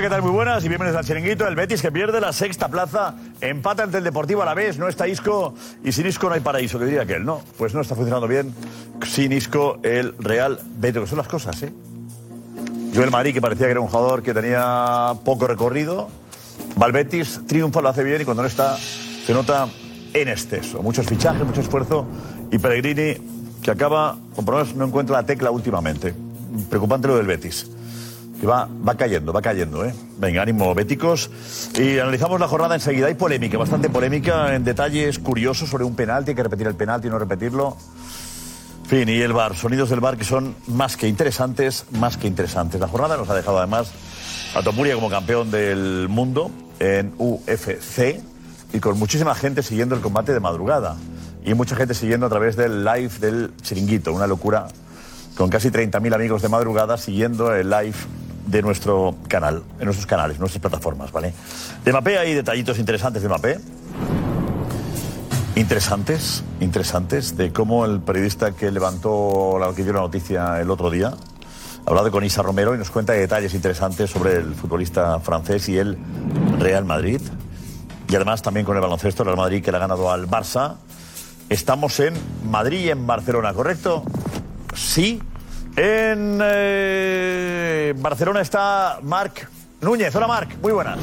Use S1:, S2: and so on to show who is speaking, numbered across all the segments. S1: ¿qué tal? Muy buenas y bienvenidos al Chiringuito. El Betis que pierde la sexta plaza, empata ante el Deportivo a la vez, no está Isco y sin Isco no hay paraíso, que diría que él, ¿no? Pues no está funcionando bien sin Isco el Real Betis, que son las cosas, ¿eh? Joel Marí, que parecía que era un jugador que tenía poco recorrido, Valbetis triunfa, lo hace bien y cuando no está se nota en exceso. Muchos fichajes, mucho esfuerzo y Pellegrini que acaba, o por lo menos no encuentra la tecla últimamente. Preocupante lo del Betis. Que va, va cayendo, va cayendo, ¿eh? Venga, ánimo, béticos. Y analizamos la jornada enseguida. Hay polémica, bastante polémica, en detalles curiosos sobre un penalti, hay que repetir el penalti y no repetirlo. Fin, y el bar, sonidos del bar que son más que interesantes, más que interesantes. La jornada nos ha dejado además a Topuria como campeón del mundo en UFC y con muchísima gente siguiendo el combate de madrugada y mucha gente siguiendo a través del live del chiringuito, una locura, con casi 30.000 amigos de madrugada siguiendo el live de nuestro canal, en nuestros canales, nuestras plataformas, ¿vale? De Mapé hay detallitos interesantes de Mapé, interesantes, interesantes, de cómo el periodista que levantó la que dio la noticia el otro día, ha hablado con Isa Romero y nos cuenta detalles interesantes sobre el futbolista francés y el Real Madrid. Y además también con el baloncesto, el Real Madrid que le ha ganado al Barça. Estamos en Madrid y en Barcelona, ¿correcto? Sí. En eh, Barcelona está Marc Núñez. Hola Marc, muy buenas.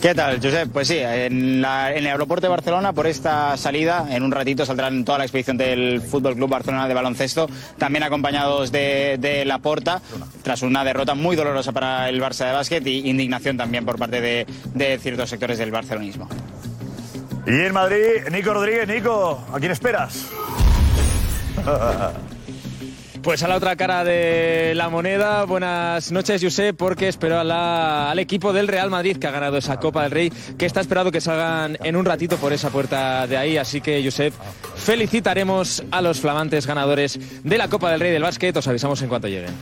S2: ¿Qué tal, Josep? Pues sí, en, la- en el aeropuerto de Barcelona, por esta salida, en un ratito saldrán toda la expedición del Fútbol Club Barcelona de baloncesto, también acompañados de, de La Porta, tras una derrota muy dolorosa para el Barça de básquet y indignación también por parte de, de ciertos sectores del barcelonismo.
S1: Y en Madrid, Nico Rodríguez. Nico, ¿a quién esperas?
S3: Pues a la otra cara de la moneda, buenas noches Josep, porque espero a la- al equipo del Real Madrid que ha ganado esa Copa del Rey, que está esperado que salgan en un ratito por esa puerta de ahí. Así que Josep, felicitaremos a los flamantes ganadores de la Copa del Rey del básquet, os avisamos en cuanto lleguen.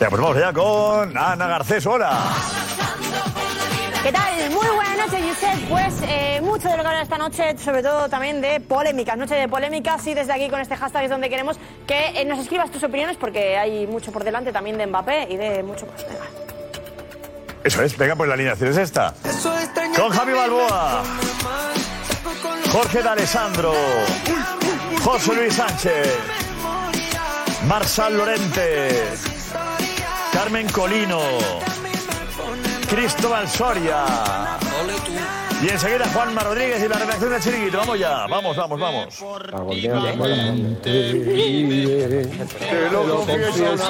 S1: Ya, pues vamos allá con Ana Garcés. Hola.
S4: ¿Qué tal? Muy buenas noches, Josep. Pues eh, mucho de lo que hablar esta noche, sobre todo también de polémicas, noche de polémicas. Y desde aquí con este hashtag es donde queremos que eh, nos escribas tus opiniones porque hay mucho por delante también de Mbappé y de mucho más. Venga.
S1: Eso es, venga, pues la alineación es esta. Con Javi Balboa, Jorge D'Alessandro, José Luis Sánchez, Marsal Lorente, Carmen Colino, Cristóbal Soria. Y enseguida Juanma Rodríguez y la redacción de Chiringuito. Vamos ya, vamos, vamos, vamos.
S5: Te lo confiesa un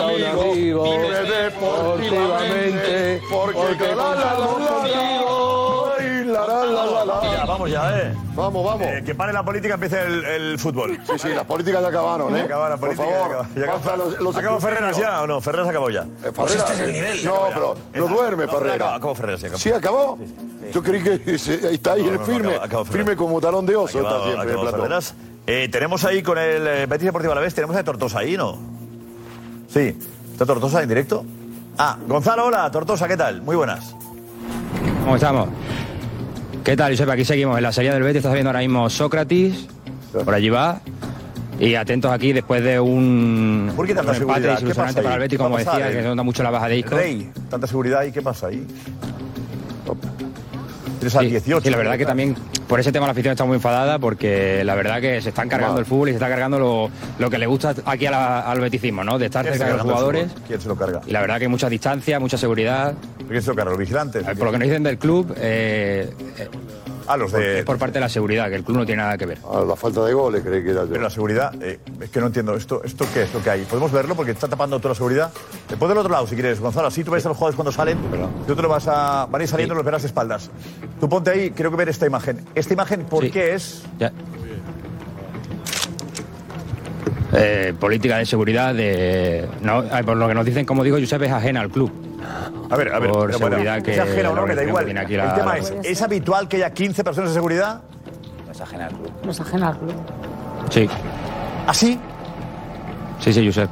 S5: amigo, vive deportivamente, porque cada lado contigo, y la, la, la, la, la.
S1: Ya, vamos ya, ¿eh? Vamos, vamos. que pare la política, empiece el, el fútbol.
S5: Sí, sí, las políticas ya acabaron, ¿eh?
S1: Ya acabó la
S5: Por
S1: política.
S5: favor,
S1: ya acabó- ya acabó.
S5: pasa los- los
S1: ¿Acabó Ferreras
S5: escrutinios.
S1: ya o no? Ferreras acabó ya.
S5: Pues este es el nivel. No, pero no duerme, Ferreras.
S1: Acabó Ferreras, ya acabó.
S5: ¿Sí acabó? Yo creí que se- ahí está ahí
S1: No, no,
S5: el
S1: no,
S5: firme,
S1: acabó- acabó Ferreras.
S5: firme como talón de oso
S1: Acabado-
S5: está siempre
S1: acabado
S5: Platón.
S1: Ferreras. Eh, tenemos ahí con el eh, Betis Deportivo a la vez, tenemos a Tortosa ahí, ¿no? Sí, ¿está Tortosa en directo? Ah, Gonzalo, hola, Tortosa, ¿qué tal? Muy buenas.
S6: ¿Cómo estamos? ¿Qué tal, Josep? Aquí seguimos. En la salida del Betis estás viendo ahora mismo Sócrates. Por allí va. Y atentos aquí después de un,
S1: ¿Por qué tanta
S6: un empate
S1: seguridad? ¿Qué pasa
S6: desilusionante
S1: ahí?
S6: para el Betis, como
S1: Va a pasar
S6: decía, que
S1: el-
S6: se nota mucho la baja de disco.
S1: Rey, tanta seguridad ahí, ¿qué pasa ahí? Tienes
S6: Sí, sí, la verdad que también por ese tema la afición está muy enfadada porque la verdad que se están cargando el fútbol y se está cargando lo, lo que le gusta aquí a la- al beticismo, ¿no? De estar
S1: ¿Quién se
S6: cerca de los
S1: carga el fútbol?
S6: jugadores.
S1: ¿Quién se lo carga?
S6: Y la verdad que mucha distancia, mucha seguridad. Eh,
S1: ¿Quién se lo carga? ¿Los vigilantes?
S6: Por lo que nos dicen del club, eh, eh,
S1: Ah, los de...
S6: es por parte de la seguridad, que el club no tiene nada que ver.
S5: Ah, la falta de goles, creí que era yo.
S1: Pero la seguridad, eh, es que no entiendo, ¿esto, ¿esto qué es lo que hay? ¿Podemos verlo? Porque está tapando toda la seguridad. Te pon del otro lado si quieres, Gonzalo. Así tú ves a los jugadores cuando salen, tú te lo vas a. Van a ir saliendo y los verás de espaldas. Tú ponte ahí, quiero que ver esta imagen. ¿Esta imagen por
S6: Sí.
S1: qué es?
S6: Ya. Eh, política de seguridad, de, no, ay, por lo que nos dicen, como digo, Josep es ajena al club.
S1: A ver, a ver.
S6: Por
S1: pero bueno,
S6: seguridad que.
S1: sea ajena o no,
S6: la
S1: que da
S6: organización
S1: igual.
S6: que tiene aquí la-
S1: El tema
S6: la-
S1: es: ¿es habitual que haya 15 personas de seguridad?
S6: Es ajena al club.
S7: No es ajena al club.
S6: Sí,
S1: ¿Así?
S6: sí, sí, Josep.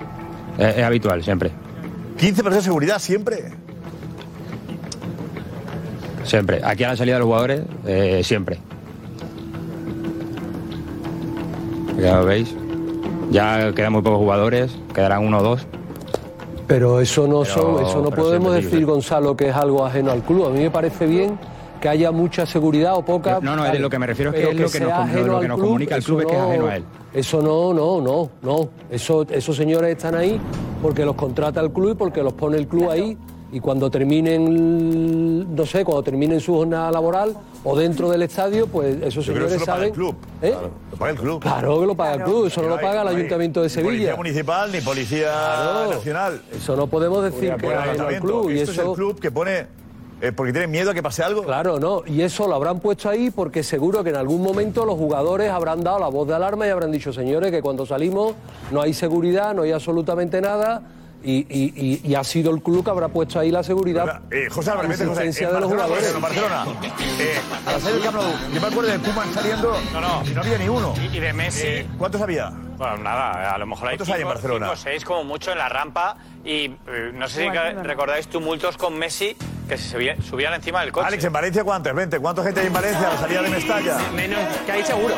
S6: Eh, Es, es habitual, siempre.
S1: ¿15 personas de seguridad siempre?
S6: Siempre. Aquí a la salida de los jugadores, eh, siempre. Ya lo veis. Ya quedan muy pocos jugadores, quedarán uno o dos.
S5: Pero eso no,
S6: Pero-
S5: son, eso no
S6: pero
S5: podemos
S6: siempre
S5: decir,
S6: libre.
S5: Gonzalo, que es algo ajeno al club. A mí me parece bien que haya mucha seguridad o poca.
S6: No, no, es de lo que me refiero es que
S5: pero
S6: es lo que nos
S5: sea
S6: com- lo
S5: ajeno
S6: que
S5: al
S6: nos comunica el
S5: eso
S6: club es que es ajeno a él.
S5: Eso no, no, no, no. Eso, esos señores están ahí porque los contrata el club y porque los pone el club ahí. Y cuando terminen, no sé, cuando terminen su jornada laboral o dentro del estadio, pues esos
S1: Yo creo que
S5: señores
S1: eso lo paga
S5: saben.
S1: el club.
S5: ¿Eh?
S1: Claro, lo paga el club.
S5: Claro que lo paga el club, eso no lo
S1: hay-
S5: paga el
S1: hay
S5: Ayuntamiento de
S1: Ni
S5: Sevilla.
S1: policía municipal, ni policía nacional.
S5: Eso no podemos decir que es
S1: Bueno,
S5: ajeno al
S1: ayuntamiento,
S5: club.
S1: que
S5: Y
S1: esto es el
S5: eso,
S1: club que pone. eh, porque tiene miedo a que pase algo.
S5: Claro, no. Y eso lo habrán puesto ahí porque seguro que en algún momento los jugadores habrán dado la voz de alarma y habrán dicho, señores, que cuando salimos no hay seguridad, no hay absolutamente nada. Y, y- y- y ha sido el club que habrá puesto ahí la seguridad.
S1: Eh, José Álvarez, vete, José.
S5: Insistencia
S1: En
S5: de los
S1: Barcelona,
S5: jugadores.
S1: Barcelona. Barcelona. Eh, al hacer el Camp Nou, yo me acuerdo de Koeman saliendo y no había ni uno.
S7: Y de Messi.
S1: Eh, ¿Cuántos había?
S7: Bueno, nada, a lo mejor hay
S1: ¿Cuántos hay en Barcelona?
S7: 5 o 6 como mucho en la rampa y eh, no sé si
S4: Bueno,
S7: ca-
S4: no, no.
S7: recordáis tumultos con Messi que se subía- subían encima del coche.
S1: Alex, ¿en Valencia cuántos? Vente, ¿cuánta gente hay en Valencia a la salida de Mestalla?
S8: Menos que hay seguro.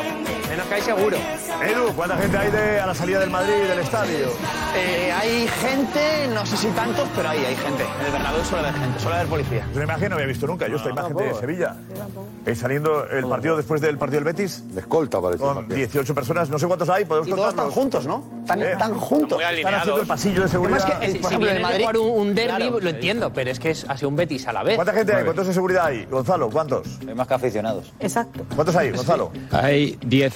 S8: Menos que hay seguro.
S1: Edu, ¿cuánta gente hay de- a la salida del Madrid, del estadio?
S8: Eh, hay gente, no sé si tantos, pero ahí hay gente. En el Bernabéu suele haber gente, suele haber policía.
S1: Es una imagen que no había visto nunca, yo esta imagen de Sevilla. Eh, saliendo el partido después del partido del Betis,
S9: De escolta parece.
S1: con
S9: más bien.
S1: 18 personas, no sé cuántos hay, podemos
S8: Y todos están
S1: contarlos.
S8: juntos, ¿no? Están,
S1: Eh,
S8: están juntos.
S7: muy
S1: Están haciendo el
S7: alineados.
S1: pasillo de seguridad.
S8: Además que, eh, por ejemplo,
S10: si
S8: en el
S10: vienes de
S8: Madrid...
S10: jugar un, un derbi,
S8: Claro.
S10: lo entiendo, pero es que es, ha sido un Betis a la vez.
S1: ¿Cuánta gente hay? ¿Cuántos de seguridad hay? Gonzalo, ¿cuántos?
S2: Hay más que aficionados.
S11: Exacto.
S1: ¿Cuántos hay, Gonzalo?
S6: Hay 10,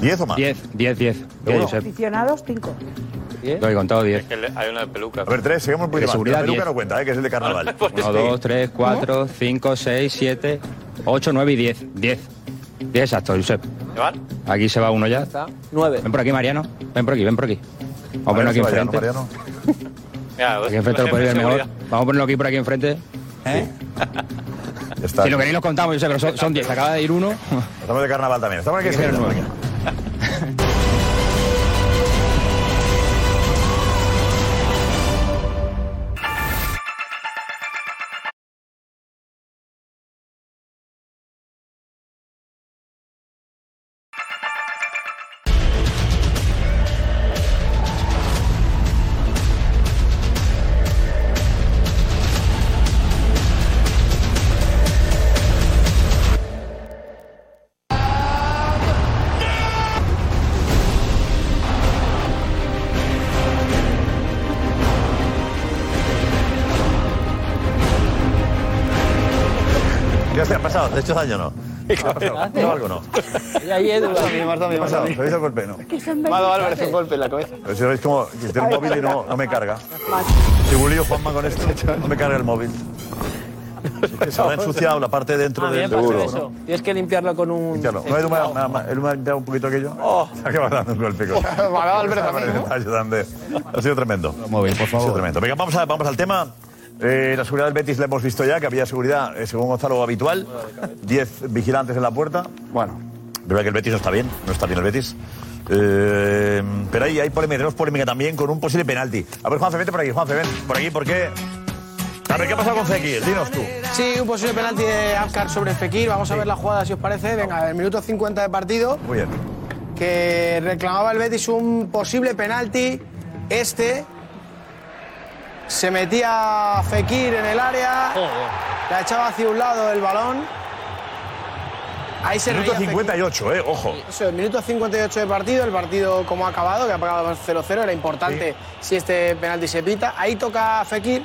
S1: ¿Diez o más?
S6: 10, 10, 10.
S1: ¿Seguro? Este
S11: Aficionados, cinco.
S6: Lo he contado 10.
S7: Que le- hay uno de peluca.
S1: A ver, tres, sigamos un poquito
S6: De
S1: más.
S6: seguridad,
S1: Pero Peluca
S6: diez.
S1: no cuenta, eh, que es el de carnaval.
S8: Pues
S6: 1, 2, 3, 4, 5, 6, 7, 8, 9 y 10. 10. 10 exacto, Josep.
S7: ¿Iván?
S6: Aquí se va uno ya.
S5: Está.
S8: Nueve.
S6: Ven por aquí, Mariano. Ven por aquí, ven por aquí. Vamos a ponerlo aquí
S1: Mariano,
S6: enfrente.
S1: Mariano.
S7: Mira,
S10: pues,
S6: Aquí enfrente lo
S7: los
S6: podéis
S7: jefes
S6: ver
S7: de
S6: mejor.
S7: seguridad.
S6: Vamos a ponerlo aquí por aquí enfrente.
S1: Ya Está.
S6: ¿Eh? Si lo queréis, los contamos, Josep, pero son- son 10. Acaba de ir uno.
S1: Estamos de carnaval también. Estamos aquí
S6: Hay que ser
S1: enseguida.
S6: nueve.
S1: Ya se ha pasado, te he hecho daño, ¿no? Ha pasado. No, algo no.
S10: pues,
S8: Y ahí Edu,
S7: Marta, mi, Marta, mi,
S1: ¿Qué ha
S7: Marta,
S1: pasado?
S7: mi.
S1: ¿Sabéis el golpe? No.
S8: Mado Álvarez, un golpe en la cabeza.
S1: Pero si veis como que tiene el móvil y no, no me carga. Si bulío Juanma con esto, no me carga el móvil. Se habrá ensuciado la parte dentro
S10: A mí me
S1: del
S10: pasó
S1: seguro.
S10: eso. Tienes que limpiarlo con un...
S1: Ya no, no Edu me ha- me ha- me ha- Edu me ha limpiado un poquito aquello. Se acaba dando un golpe. con-
S10: Ah,
S8: Mado Álvarez a mí, ¿no?
S1: Ay, Dante, Ha sido tremendo.
S6: móvil, por
S1: Ha sido
S6: favor.
S1: tremendo. Venga, vamos, a- vamos al tema. Eh, la seguridad del Betis la hemos visto ya, que había seguridad, eh, según Gonzalo, habitual. Diez vigilantes en la puerta.
S8: Bueno.
S1: De verdad que el Betis no está bien, no está bien el Betis. Eh, pero ahí hay polémica, tenemos polémica también con un posible penalti. A ver, Juanfe, vete por aquí, Juanfe, ven por aquí, ¿por qué? A ver, ¿qué ha pasado con Fekir? Dinos tú.
S10: Sí, un posible penalti de Abkar sobre Fekir. Vamos a ver la jugada, si os parece. Venga, en el minuto 50 de partido,
S1: Muy bien.
S10: que reclamaba el Betis un posible penalti. Este se metía Fekir en el área, la echaba hacia un lado el balón. Ahí se
S1: Minuto
S10: reía Fekir.
S1: 58, eh, ojo.
S10: Eso es, minuto 58 de partido, el partido como ha acabado, que ha pagado 0-0, era importante si este penalti se pita. Ahí toca Fekir.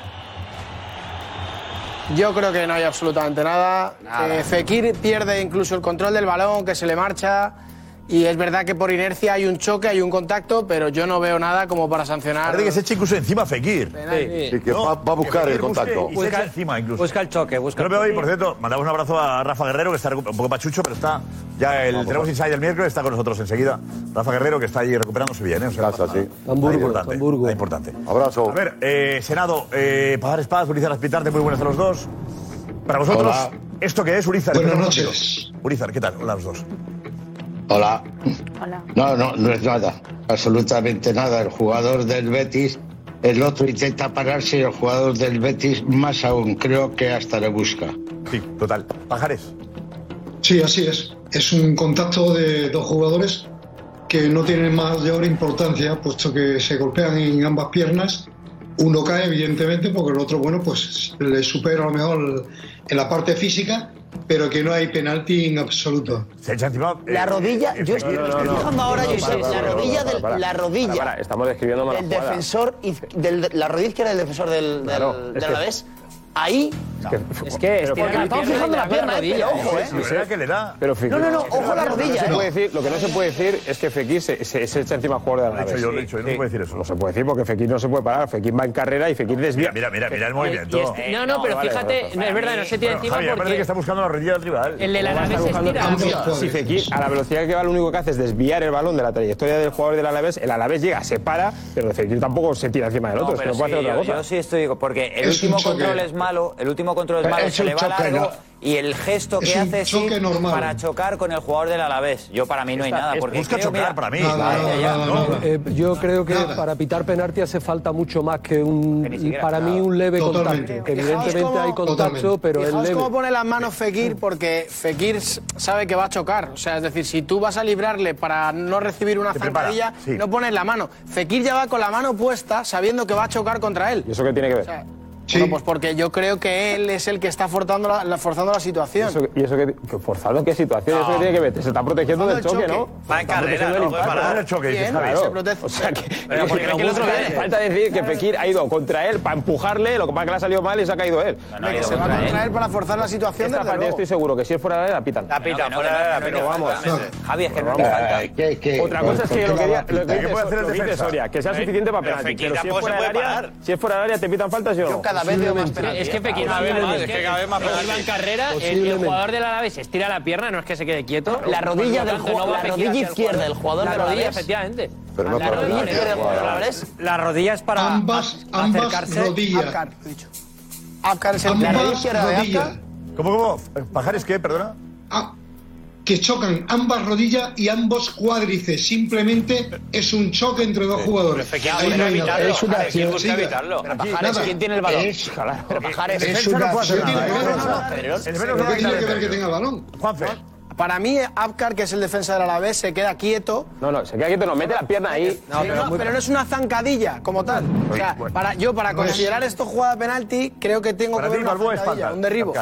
S10: Yo creo que no hay absolutamente nada. Eh, Fekir pierde incluso el control del balón, que se le marcha. Y es verdad que por inercia hay un choque, hay un contacto, pero yo no veo nada como para sancionar.
S1: Parece que se echa incluso encima a Fekir.
S8: Sí.
S9: Sí, que
S1: No,
S9: va, va a buscar
S1: que
S9: el
S1: Fekir busque
S9: contacto.
S1: Y se echa encima incluso.
S10: Pues,
S8: Busca el choque, busca
S1: Yo lo veo ahí, por cierto, mandamos un abrazo a Rafa Guerrero, que está recu- un poco pachucho, pero está ya el tenemos Inside el miércoles, está con nosotros enseguida. Rafa Guerrero, que está ahí recuperándose bien, ¿eh? O
S9: Casa,
S1: está-
S9: sí.
S1: está
S5: Hamburgo,
S1: importante,
S5: Hamburgo.
S1: está importante.
S9: Abrazo.
S1: A ver, eh, Senado, eh, Pajares Paz, Urizar Aspitarte, muy buenas a los dos. Para vosotros,
S12: Hola.
S1: ¿esto qué es, Urizar?
S12: Buenas
S1: Empezamos contigo.
S12: noches.
S1: Urizar, ¿qué tal? Hola a los dos.
S12: Hola.
S4: Hola.
S12: No, no, no es nada. Absolutamente nada. El jugador del Betis, el otro intenta pararse y el jugador del Betis más aún. Creo que hasta le busca.
S1: Sí, total. Pajares.
S12: Sí, así es. Es un contacto de dos jugadores que no tienen mayor importancia, puesto que se golpean en ambas piernas.
S9: Uno cae, evidentemente, porque el otro, bueno, pues le supera a lo mejor en la parte física, pero que no hay penalti en absoluto.
S1: Se echa encima.
S9: La rodilla, yo
S11: Eh, No, no, no, no. No, no,
S9: Josep,
S11: para, para, para, para, para, para.
S9: la rodilla
S11: Para, para, Estamos describiendo mala
S9: del
S11: jugada.
S9: defensor, iz- del, la rodilla izquierda del defensor del, del,
S11: Claro, es
S9: del
S11: que-
S9: Alavés, ahí...
S11: Es que
S9: Pero porque estamos fijando la pierna, eh, pero ojo, eh.
S11: Pero Fekir-
S9: No, no, no, ojo la
S11: Lo que no
S9: rodilla,
S11: se
S9: eh.
S11: puede decir- Lo que no se puede decir es que Fekir se, se- se echa encima al jugador de la
S1: Lo he dicho yo, lo he dicho yo, no se puede decir eso.
S11: No se puede decir porque Fekir no se puede parar. Fekir va en carrera y Fekir desvía.
S1: Mira, mira, mira el movimiento.
S11: Y este-
S13: no, no, pero fíjate, Eh, no, es verdad, no se tira
S1: Bueno,
S13: encima
S1: Javi, parece
S13: porque-
S1: que está buscando la rodilla del rival.
S13: El del
S11: Está
S13: Alavés
S11: buscando-
S13: estira.
S11: Si Fekir, a la velocidad que va, lo único que hace es desviar el balón de la trayectoria del jugador del Alavés. El Alavés llega, se para, pero Fekir tampoco se tira encima del otro. es que
S14: pero
S11: no puede
S14: sí,
S11: hacer
S14: yo,
S11: otra
S14: yo
S11: cosa.
S14: sí estoy, porque el
S11: Es un
S14: último
S11: choque.
S14: control es malo, el último control es malo,
S11: Es
S14: se
S11: un
S14: le va
S11: choque,
S14: largo
S11: no.
S14: y el gesto que
S11: Es un
S14: hace sí
S11: choque normal.
S14: para chocar con el jugador del Alavés. Yo para mí no hay
S5: Esta-
S14: nada,
S5: es-
S14: porque
S5: busca
S14: creo,
S5: chocar
S14: mira-
S5: para mí.
S14: Ya,
S5: Nada,
S14: ya,
S5: nada,
S14: no.
S5: nada. Eh, yo creo que para pitar penalti hace falta mucho más que un
S14: siquiera
S5: para mí un leve
S10: Totalmente.
S5: contacto. Que evidentemente
S10: Fijaos cómo-
S5: hay contacto, pero es
S10: Fijaos
S5: leve.
S10: cómo pone las manos Fekir, porque Fekir s- sabe que va a chocar. O sea, es decir, si tú vas a librarle para no recibir una
S11: Se prepara,
S10: zancadilla,
S11: sí.
S10: no pones la mano. Fekir ya va con la mano puesta sabiendo que va a chocar contra él.
S11: ¿Y eso qué tiene que ver?
S10: O sea, bueno, pues porque yo creo que él es el que está forzando la, la- forzando la
S11: ¿Y
S10: situación.
S11: eso, y eso que, que forzado qué situación? ¿Eso
S10: No.
S11: que tiene que ver? Se está protegiendo del
S10: Forzando
S11: choque,
S10: el
S11: ¿no?
S10: choque.
S11: Se
S10: Va en
S11: está
S10: carrera,
S11: protegiendo del
S10: no, va
S11: impacto.
S1: para- el choque, dices,
S11: Bien, pues,
S1: Javi.
S11: claro.
S1: se protege.
S11: O sea que,
S1: Pero porque cree que el otro
S11: falta-
S1: viene.
S11: Falta decir que Fekir ha ido contra él para empujarle, lo que pasa es que le ha salido mal y se ha caído él.
S10: no ha Que ido se va contra contra él. él para forzar la situación,
S11: Esta
S10: desde
S11: falta, yo
S10: luego.
S11: estoy seguro que si es fuera de él, la
S15: Ah,
S11: pitan.
S14: La pita, fuera de la-
S11: pero vamos.
S14: Javi, es que no
S11: Pero
S14: te
S11: vamos.
S14: falta.
S11: Otra cosa es que lo que diría- lo que
S14: ¿Qué
S11: dice
S14: puede hacer el
S11: lo que dice
S14: defensa?
S11: Soria, que sea
S14: Pero-
S11: suficiente para
S14: pero
S11: penalti.
S14: Fekir
S11: Pero si es
S14: tampoco se
S11: fuera del
S14: puede
S11: área,
S14: parar.
S11: si es fuera del área, te pitan faltas yo.
S13: Yo cada vez veo más
S11: penaltis.
S13: Es que Fekir
S11: Cada
S13: no
S11: vez
S13: ve
S11: más,
S13: más,
S11: es que cada vez más
S13: Iba
S11: penaltis.
S13: en carrera, el- el,
S11: Posiblemente.
S13: jugador del Alavés estira la pierna, no es que se quede quieto.
S9: La rodilla
S13: Por lo
S9: del
S13: tanto,
S9: jugador-
S13: va
S9: la
S13: a Fekir
S9: rodilla
S13: hacia el
S9: izquierda del jugador
S13: La
S9: del
S13: rodilla,
S9: Alavés.
S13: efectivamente.
S9: Pero no La para rodilla nada. izquierda del jugador del Alavés.
S14: La rodilla es para
S10: ambas,
S9: ambas
S10: acercarse.
S9: rodillas.
S10: Apcar, he dicho. Apcar es el
S9: Ambas
S10: Apcar.
S9: rodillas.
S1: ¿Cómo, cómo? ¿Pajares qué? Perdona.
S9: Ah, que chocan ambas rodillas y ambos cuádrices. Simplemente es un choque entre dos jugadores.
S7: Pero Fekir
S9: Ahí
S7: busca
S9: no hay
S7: evitarlo,
S9: nada.
S7: Es una Fekir acción. busca evitarlo.
S9: Pero
S7: Aquí,
S9: Pajares,
S7: nada.
S9: ¿quién tiene el balón?
S7: Es-
S9: Ojalá. Pero Pajares,
S10: Es
S9: defensa
S10: una
S9: no puede hacer
S10: acción.
S9: nada, ¿eh?
S10: No tiene
S9: Defensa,
S10: que ver,
S9: pero-
S10: no,
S9: el
S10: no,
S9: menos
S10: no,
S9: que
S10: no,
S9: tiene
S10: no,
S9: que ver
S10: no,
S9: que
S10: no.
S9: tenga balón.
S10: Para mí, Apcar, que es el defensa del Alavés, se queda quieto.
S11: No, no, se queda quieto, no, mete la pierna ahí.
S10: No, pero, no, pero no es una zancadilla como tal. O sea,
S11: bueno.
S10: para, yo para
S11: No es-
S10: considerar esto jugada penalti, creo que tengo que ver una zancadilla, un derribo.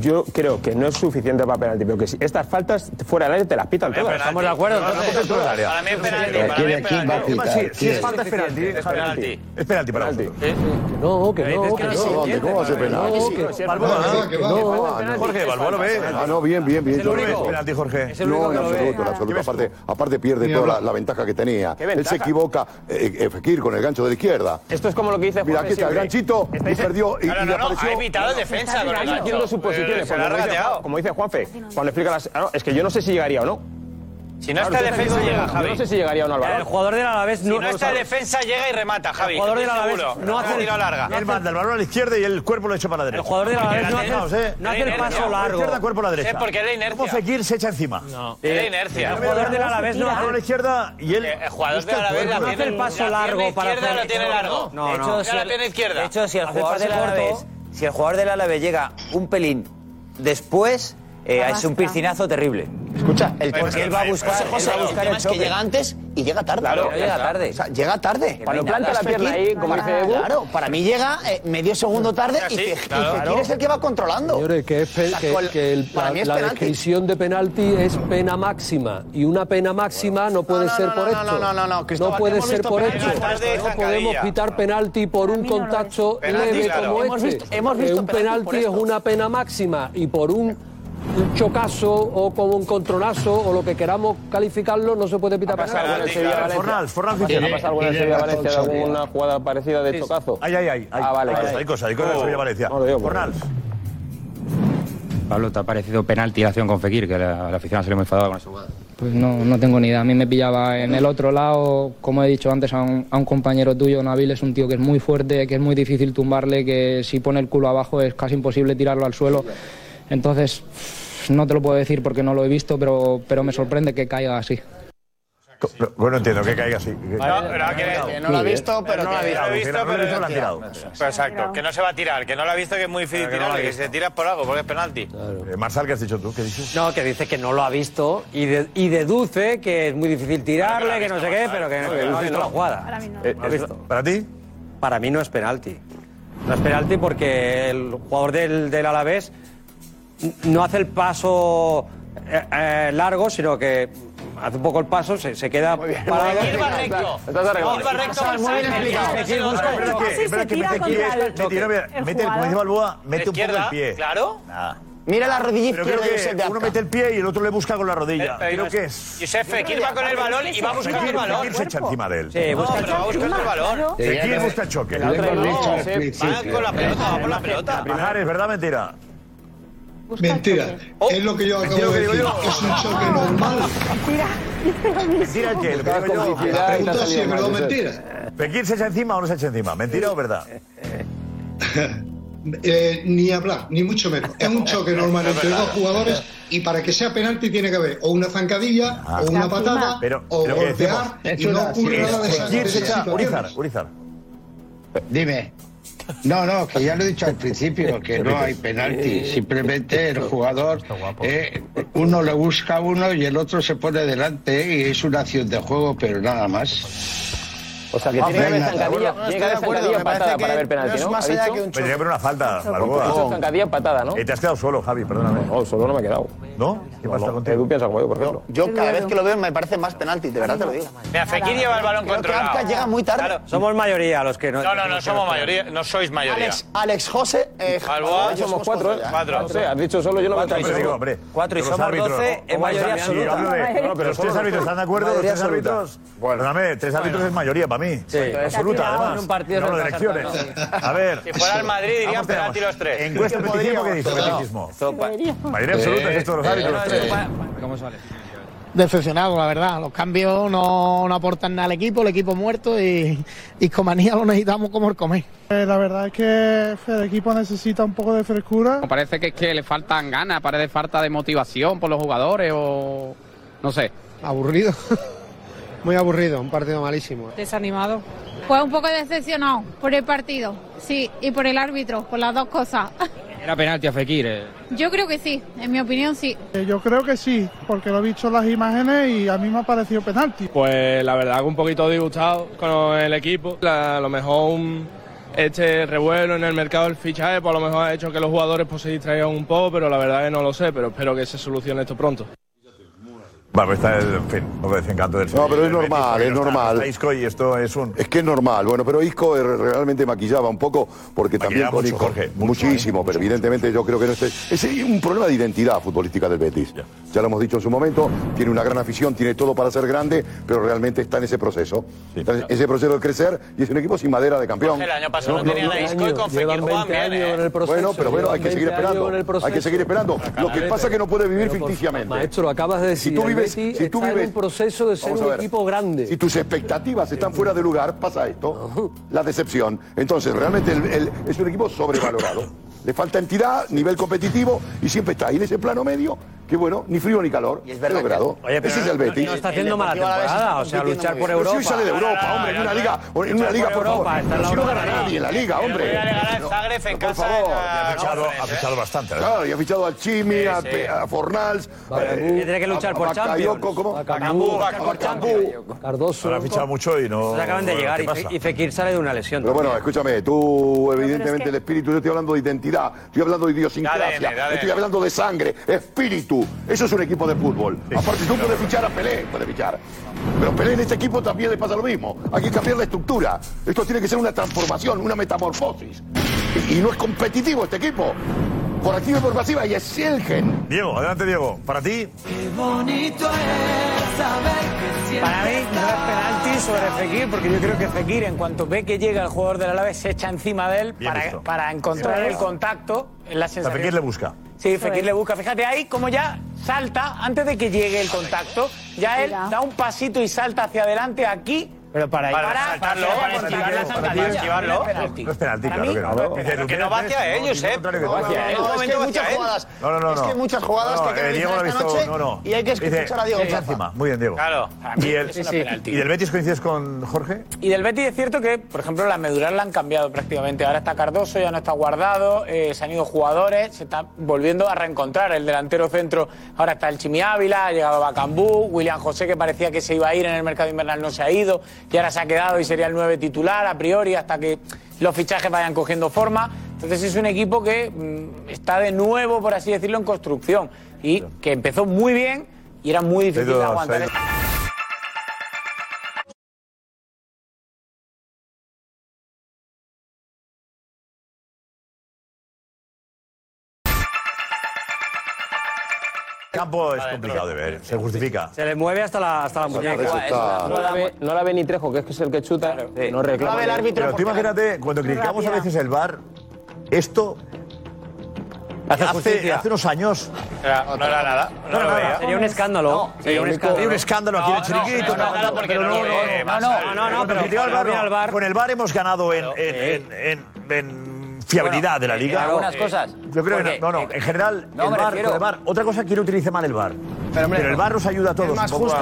S11: Yo creo que no es suficiente para penalti, pero que si estas faltas fuera del área te las pitan todas. ¿Estamos de acuerdo? entonces?
S7: Para mí es penalti, para mí es penalti.
S1: Además, sí, Si es falta, es penalti.
S7: Es penalti.
S1: Es penalti para vosotros.
S5: No, que
S1: Pero
S5: no,
S1: dices
S5: que
S1: que Eh, no se
S5: no.
S1: entiende, ¿Cómo va a ser
S5: que no,
S1: penalti?
S5: que-
S1: Sí, Balboa,
S5: que
S1: ¿no?
S5: no,
S1: Que
S5: que
S1: va,
S5: no,
S1: que
S5: ah, no.
S1: Jorge, Balboa lo ve.
S16: Ah, no, bien, bien, bien.
S1: Es el
S16: yo creo.
S1: único que lo ve. Penalti, Jorge. Es el único
S16: No, en
S1: que lo ve.
S16: absoluto, en absoluto. Aparte, aparte pierde
S1: Ni
S16: toda la,
S1: hablar.
S16: la ventaja que tenía.
S11: ¿Qué
S16: Él
S11: ventaja?
S16: se equivoca, eh, eh, Fekir, con el gancho de la izquierda.
S11: Esto es como lo que dice
S16: Mira,
S11: Jorge
S16: aquí está el
S11: siempre.
S16: ganchito y
S11: Estáis-
S16: perdió y,
S11: No, no,
S16: y le
S11: no, no,
S16: apareció.
S11: ha evitado
S7: defensa con el
S11: Estáis
S7: gancho.
S11: haciendo
S7: Pero
S11: suposiciones.
S7: se
S11: porque
S7: la ha
S11: como dice-
S7: rateado.
S11: Como dice Juanfe, cuando explica las. ah, no, es que yo no sé si llegaría o no.
S7: Si no está
S11: Claro,
S7: defensa,
S11: yo no sé si
S7: llega,
S11: Yo
S7: Javi.
S11: no sé si llegaría o no al balón.
S7: El jugador del Alavés no-
S11: Si
S7: no está defensa, llega y remata, Javi.
S11: El jugador del
S7: Estoy
S11: Alavés
S7: seguro.
S11: no hace-
S7: Una tira larga.
S1: Él manda el balón a la izquierda y el cuerpo lo echa para la derecha.
S7: El jugador de la Alavés no hace-
S1: Fijaos, ¿eh?
S7: no hace el
S1: La
S7: paso largo.
S1: Izquierda, cuerpo a la
S7: Sí,
S1: derecha.
S7: porque es la inercia.
S1: ¿Cómo Fekir se echa encima? Eh, No.
S7: Es la inercia.
S1: El jugador del Alavés no hace la izquierda y él...
S7: El jugador del Alavés la tiene- la pierna izquierda la tiene largo.
S14: De hecho, si
S7: la
S14: el-
S7: tiene izquierda.
S14: De hecho, si el
S7: Hace
S14: jugador
S7: pase
S14: del
S7: corto.
S14: Alavés, si el jugador del Alavés llega un pelín después, eh, es un piscinazo terrible.
S8: Escucha, el
S14: Porque
S8: José,
S14: él va a buscar-
S8: José, José,
S14: él va a
S8: el
S14: buscar
S8: tema
S14: el
S8: es que
S14: choque.
S8: llega antes y llega tarde.
S14: Claro, Pero llega
S8: O sea,
S14: tarde.
S8: llega tarde.
S14: Cuando planta la pierna
S8: Fekir,
S14: ahí, como
S8: para-
S14: dice Edu.
S8: Claro, para mí llega eh, medio segundo tarde y,
S14: Sí,
S8: Fe- y
S14: claro.
S8: Fekir es el que va controlando.
S5: Señores, que, es pe-
S8: La
S5: que-
S8: col-
S5: que el-
S8: para
S5: la,
S8: mí es
S5: la
S8: penalti.
S5: descripción de penalti es pena máxima. Y una pena máxima no puede ser por esto.
S10: no, no, no, no, Cristóbal,
S5: puede
S10: hemos
S5: ser
S10: visto
S5: por
S10: penalti.
S5: esto.
S10: Llega tarde,
S5: No
S10: zancadilla.
S5: podemos pitar penalti por un contacto
S10: Penalti,
S5: leve
S10: claro.
S5: como
S10: Hemos
S5: este.
S10: visto- hemos visto
S5: Que un
S10: penalti por
S5: penalti es
S10: esto.
S5: una pena máxima y por un un chocazo o como un contronazo o lo que queramos calificarlo no se puede pitar
S11: ¿Pasa algo en el
S5: penalti.
S11: Sevilla-Valencia? ¿Ha pasado algo en el Sevilla-Valencia de alguna jugada parecida de
S1: Eh, Sí.
S11: chocazo?
S1: Ay, ay, ay. ay.
S11: Ah, vale.
S1: Hay cosas,
S11: vale.
S1: hay cosas, hay cosas en el Sevilla-Valencia.
S11: No lo digo,
S1: Jornal.
S6: Pablo, ¿te ha parecido penalti la acción con Fekir? Que la, la afición se le muy enfadada con esa jugada.
S17: Pues no, no tengo ni idea. A mí me pillaba en el otro lado, como he dicho antes a un, a un compañero tuyo, Nabil es un tío que es muy fuerte, que es muy difícil tumbarle, que si pone el culo abajo es casi imposible tirarlo al suelo. Entonces, no te lo puedo decir porque no lo he visto, pero, pero me sorprende que caiga así.
S1: Pero, Bueno, entiendo que caiga así.
S7: No, pero que-
S10: no lo ha visto, pero
S7: no lo ha
S10: que-
S7: visto.
S10: No lo ha
S1: visto,
S7: pero
S1: pero
S7: lo ha
S1: lo ha
S7: tirado.
S1: tirado.
S7: Pues Exacto, que no se va a tirar, que no lo ha visto, que es muy difícil
S1: Claro que no lo
S7: tirarle,
S1: ha
S7: que
S1: visto.
S7: se tira por algo, porque es penalti.
S1: Eh, Marsal, ¿qué has dicho tú? ¿Qué dices?
S15: No, que dice que no lo ha visto y, de- y deduce que es muy difícil tirarle, que no sé qué, pero que no, que no ha visto la jugada.
S1: Eh, ¿Para ti?
S15: para mí no es penalti. No es penalti porque el jugador del, del Alavés n- no hace el paso eh, eh, largo, sino que hace un poco el paso, se, se queda parado.
S11: Estás arreglado.
S15: Iba recto,
S11: Muy bien explicado.
S1: Fekir busca-
S11: Pero es que-
S1: Fekir-
S11: pero es que
S1: Fekir-
S11: Fekir-
S1: Fekir-
S11: el
S1: Fekir-
S11: toque.
S1: no, mira,
S11: El
S1: mete el- como
S11: jugador.
S1: dice Balboa, mete un poco el
S7: izquierda,
S1: pie.
S7: claro.
S1: Nada.
S7: Mira la rodilla
S1: Pero
S7: izquierda
S1: creo
S7: de
S1: que
S7: Josep de
S1: Uno
S7: Azca.
S1: mete el pie y el otro le busca
S7: Eh,
S1: con la rodilla.
S7: Pero-
S1: creo que es.
S7: Josep Fekir va con el balón y va a buscar el
S1: Fekir-
S7: balón.
S1: Fekir se echa encima de él.
S7: Sí, No, busca pero va a buscar encima, el balón. claro.
S1: Fekir busca el choque.
S7: La otra no, Josep, va con la pelota, va por la pelota.
S1: Pajares, ¿verdad mentira?
S9: Mentira.
S7: Oh.
S9: Es lo que yo
S1: Mentira
S9: acabo
S1: lo que
S9: de
S1: digo
S9: decir.
S1: yo.
S9: Es un choque normal.
S1: Mentira el que. Lo que digo yo.
S9: La pregunta es si es verdad o mentira.
S1: Fekir se echa encima o no se echa encima. ¿Mentira o verdad?
S9: Eh, ni hablar, ni mucho menos. Es un choque normal
S1: Es
S9: entre
S1: verdad.
S9: dos jugadores y para que sea penalti tiene que haber o una zancadilla
S1: Ah.
S9: o una patada
S1: Pero,
S9: o
S12: Eh,
S1: pero que decimos,
S9: golpear y no ocurre nada de esas- de
S1: Fekir se
S9: esas
S1: echa. Urizar,
S9: situaciones.
S1: Urizar.
S12: Dime. No, no, que ya lo he dicho al principio, que no hay penalti. Simplemente el jugador, eh, uno le busca a uno y el otro se pone delante eh, y es una acción de juego, pero nada más. O sea,
S8: que tiene que haber zancadilla,
S7: tiene que haber zancadilla, patada para ver penalti, ¿no? ¿Ha dicho?
S1: Tendría que haber una falta,
S7: Ocho.
S1: Balboa.
S7: Ocho zancadilla,
S1: patada, ¿no? te has quedado solo, Javi, perdóname. No, solo no me he quedado. ¿No? ¿Qué pasa contigo? Tú piensas como yo, por ejemplo.
S8: Yo cada vez que lo veo me parece más penalti, de verdad te lo digo.
S7: Mira, Fekir lleva el balón
S8: Creo que
S7: controlado.
S8: Azca llega muy tarde.
S15: Somos mayoría los que no.
S7: No, no, no somos mayoría, no sois mayoría.
S8: Alex, Alex José, eh,
S7: Balboa,
S8: José,
S7: somos cuatro,
S8: ya.
S7: ¿eh? Cuatro.
S11: No sé, has dicho solo, yo no me he
S1: Pero digo, hombre,
S11: Cuatro y
S1: los
S11: somos
S1: árbitros,
S11: doce,
S1: ¿cómo
S11: en mayoría
S1: están? Sí,
S11: absoluta.
S1: hablo de-
S11: No, no, pero solo
S1: los tres
S11: los
S1: árbitros,
S11: tres.
S1: ¿están de acuerdo? Los
S11: Mayoría
S1: tres
S11: absoluta.
S1: árbitros. Perdóname, tres árbitros es mayoría para mí. Sí, absoluta,
S11: Acertado en
S1: además.
S11: un partido
S1: no
S11: no
S1: hablo de
S11: está
S1: elecciones.
S11: acertado.
S1: A ver.
S7: Si fuera el Madrid, dirían
S1: Vamos,
S7: penalti
S1: tenemos.
S7: los tres.
S1: Encuesta de petichismo, ¿qué dice?
S7: Podríamos.
S1: Petichismo.
S7: Podríamos.
S1: Mayoría absoluta es esto de los
S18: Eh,
S1: árbitros.
S18: no,
S1: los
S18: no,
S1: tres.
S6: ¿Cómo sale?
S18: Decepcionado, la verdad. Los cambios no, no aportan nada al equipo, el equipo muerto y, y Comanía lo necesitamos como el comer.
S19: Eh, la verdad es que el equipo necesita un poco de frescura.
S20: Parece que es que le faltan ganas, parece falta de motivación por los jugadores o no sé.
S19: Aburrido. Muy aburrido, un partido malísimo.
S21: Desanimado. Pues un poco decepcionado por el partido, sí, y por el árbitro, por las dos cosas.
S6: Era penalti a Fekir. eh.
S21: Yo creo que sí, en mi opinión sí.
S19: Eh, Yo creo que sí, porque lo he visto en las imágenes y a mí me ha parecido penalti.
S22: Pues la verdad que un poquito disgustado con el equipo. La- a lo mejor un- este revuelo en el mercado del fichaje, pues a lo mejor ha hecho que los jugadores pues, se distraigan un poco, pero la verdad que no lo sé, pero espero que se solucione esto pronto.
S1: Bueno, pues está el en fin, un poco de desencanto del
S16: No, pero es normal, es
S1: Está-
S16: normal.
S1: está Isco y esto es un...
S16: Es que es normal. Bueno, pero Isco eh, realmente maquillaba un poco, porque también
S1: Maquillaba
S16: con
S1: mucho, eh,
S16: Isco-
S1: Jorge,
S16: muchísimo, pero evidentemente yo creo que no este, es un problema de identidad futbolística del Betis. Ya lo hemos dicho en su momento, tiene una gran afición, tiene todo para ser grande, pero realmente está en ese proceso. Está en ese proceso de crecer y es un equipo sin madera de campeón.
S7: Jorge, el año pasado no tenían a Isco y con Fekir
S5: Llevan 20
S7: jugaban bien,
S5: años
S7: ¿eh?
S5: en el proceso.
S16: Bueno, pero bueno, hay que
S5: llevan
S16: seguir
S5: 20 años en el
S16: esperando. Hay que
S5: proceso.
S16: seguir esperando. Lo que pasa es que no puede vivir
S5: Pero, por-
S16: ficticiamente.
S5: Maestro, acabas de decir,
S16: Si tú
S5: el
S16: vives,
S5: Betis
S16: si tú
S5: está en
S16: vives-
S5: un proceso de ser
S16: Vamos a
S5: un
S16: ver.
S5: equipo grande.
S16: Si tus expectativas están fuera de lugar, pasa esto. La decepción. Entonces, realmente el- el- es un equipo sobrevalorado. Le falta entidad, nivel competitivo y siempre está ahí en ese plano medio que, bueno, ni frío ni calor.
S8: es verdad
S16: he logrado.
S8: que- Oye, pero
S16: Ese es el
S8: no-
S16: Betis.
S8: no está haciendo El mala Deportivo Alavés temporada, está o sea, compitiendo luchar muy por bien.
S16: Pero si hoy
S8: Europa.
S16: sale de Europa, hombre, en una liga, en una liga, por favor. Pero si no gana nadie en la liga, hombre.
S1: Por
S7: Ah,
S1: favor, ha fichado, ha fichado bastante. ¿eh?
S16: Claro, y ha fichado al Chimi,
S1: Sí,
S16: a,
S1: sí.
S16: a Fornals. eh,
S1: Que tiene que luchar por Champions.
S16: Bacambú,
S5: Cardoso.
S1: Ahora ha fichado mucho y no...
S15: Entonces acaban de
S1: bueno,
S15: llegar
S1: ¿qué
S15: y,
S1: pasa?
S15: Fe- y Fekir sale de una lesión.
S16: Pero bueno,
S15: también.
S16: escúchame, tú evidentemente
S15: que-
S16: el espíritu, yo estoy hablando de identidad, estoy hablando de idiosincrasia,
S7: De ADN, de ADN.
S16: estoy hablando de sangre, espíritu. Eso es un equipo de fútbol. Aparte tú puedes fichar a Pelé, puedes fichar. Pero Pelé en este equipo también le pasa lo mismo. Hay que cambiar la estructura. Esto tiene que ser una transformación, una metamorfosis. Y, y no es competitivo este equipo. Por activa y por pasiva, y es el gen.
S1: Diego, adelante Diego. Para ti,
S10: Para
S8: Para
S10: mí no es penalti sobre
S8: Fekir, porque yo creo que Fekir, en cuanto ve que llega el jugador del Alavés, se echa encima de él
S1: Bien para- visto.
S8: para
S1: encontrar Bien el visto.
S8: contacto en la
S1: o sea, Fekir le busca.
S8: Sí, Fekir le busca. Fíjate ahí como ya salta antes de que llegue el contacto. Ya él da un pasito y salta hacia adelante aquí. Pero para,
S7: saltarlo, para esquivar la
S1: Para ti
S7: zancadilla, esquivarlo.
S1: No es penalti,
S7: Para
S1: claro
S7: mí,
S1: que no.
S7: no es
S1: Dice,
S7: penalti. Que no
S1: Lucena
S7: va
S1: tres,
S7: hacia él,
S1: no, dice
S7: Josep.
S1: contrario que
S7: No,
S1: va
S7: no,
S1: hacia
S7: no,
S1: él.
S7: no, es que eh. hay
S1: va
S7: muchas
S1: hacia él.
S7: jugadas.
S1: No, no, no.
S7: Es que hay
S1: no.
S7: muchas jugadas que hay que
S1: eh, Diego lo ha
S7: analizar
S1: visto,
S7: esta noche
S1: no, no.
S7: y hay que
S1: Dice,
S7: escuchar a Diego
S1: echa
S7: Plaza.
S1: encima. Muy bien, Diego.
S7: Claro.
S1: ¿Y, el,
S8: Es una penalti.
S1: ¿Y del Betis coincides con Jorge?
S8: Y del Betis es cierto que, por ejemplo, las medular la han cambiado prácticamente. Ahora está Cardoso, ya no está guardado, eh, se han ido jugadores, se está volviendo a reencontrar el delantero centro. Ahora está el Chimi Ávila, ha llegado Bacambú, William José, que parecía que se iba a ir en el mercado invernal, no se ha ido. y ahora se ha quedado y sería el 9 titular a priori hasta que los fichajes vayan cogiendo forma. Entonces es un equipo que mm, está de nuevo, por así decirlo, en construcción y que empezó muy bien y era muy difícil de aguantar.
S1: El campo es complicado de ver, se justifica.
S15: Se le mueve hasta la, hasta la muñeca.
S1: No la ve-
S15: no la ve ni Trejo, que es que es el que chuta. No
S1: Pero tú imagínate, cuando criticamos a veces el bar, esto.
S15: Hace
S1: Hace,
S15: justicia.
S1: hace unos años.
S7: no era nada. No,
S1: No,
S7: lo
S1: no,
S7: veía.
S1: no.
S15: Sería un escándalo.
S1: Sería un escándalo. Sería un escándalo aquí en el
S7: No, no,
S1: chiringuito.
S7: no, no, no, porque no lo
S15: eh,
S7: ve, más allá.
S1: Cuando criticaba el VAR, no. Con el bar hemos ganado en, en- en- en- en fiabilidad
S14: Bueno,
S1: de la liga.
S14: en algunas
S1: Eh,
S14: cosas.
S1: Yo creo
S14: Porque,
S1: que no, no, no, en general,
S14: no,
S1: el,
S14: me
S1: bar,
S14: refiero-
S1: el VAR- Otra cosa es que no utilice mal el bar. Pero,
S14: hombre,
S1: el bar nos ayuda a todos. un poco a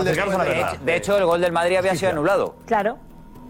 S1: acercarnos a la
S14: De
S1: verdad.
S14: hecho- de hecho, el gol del Madrid había sido anulado.
S4: Claro.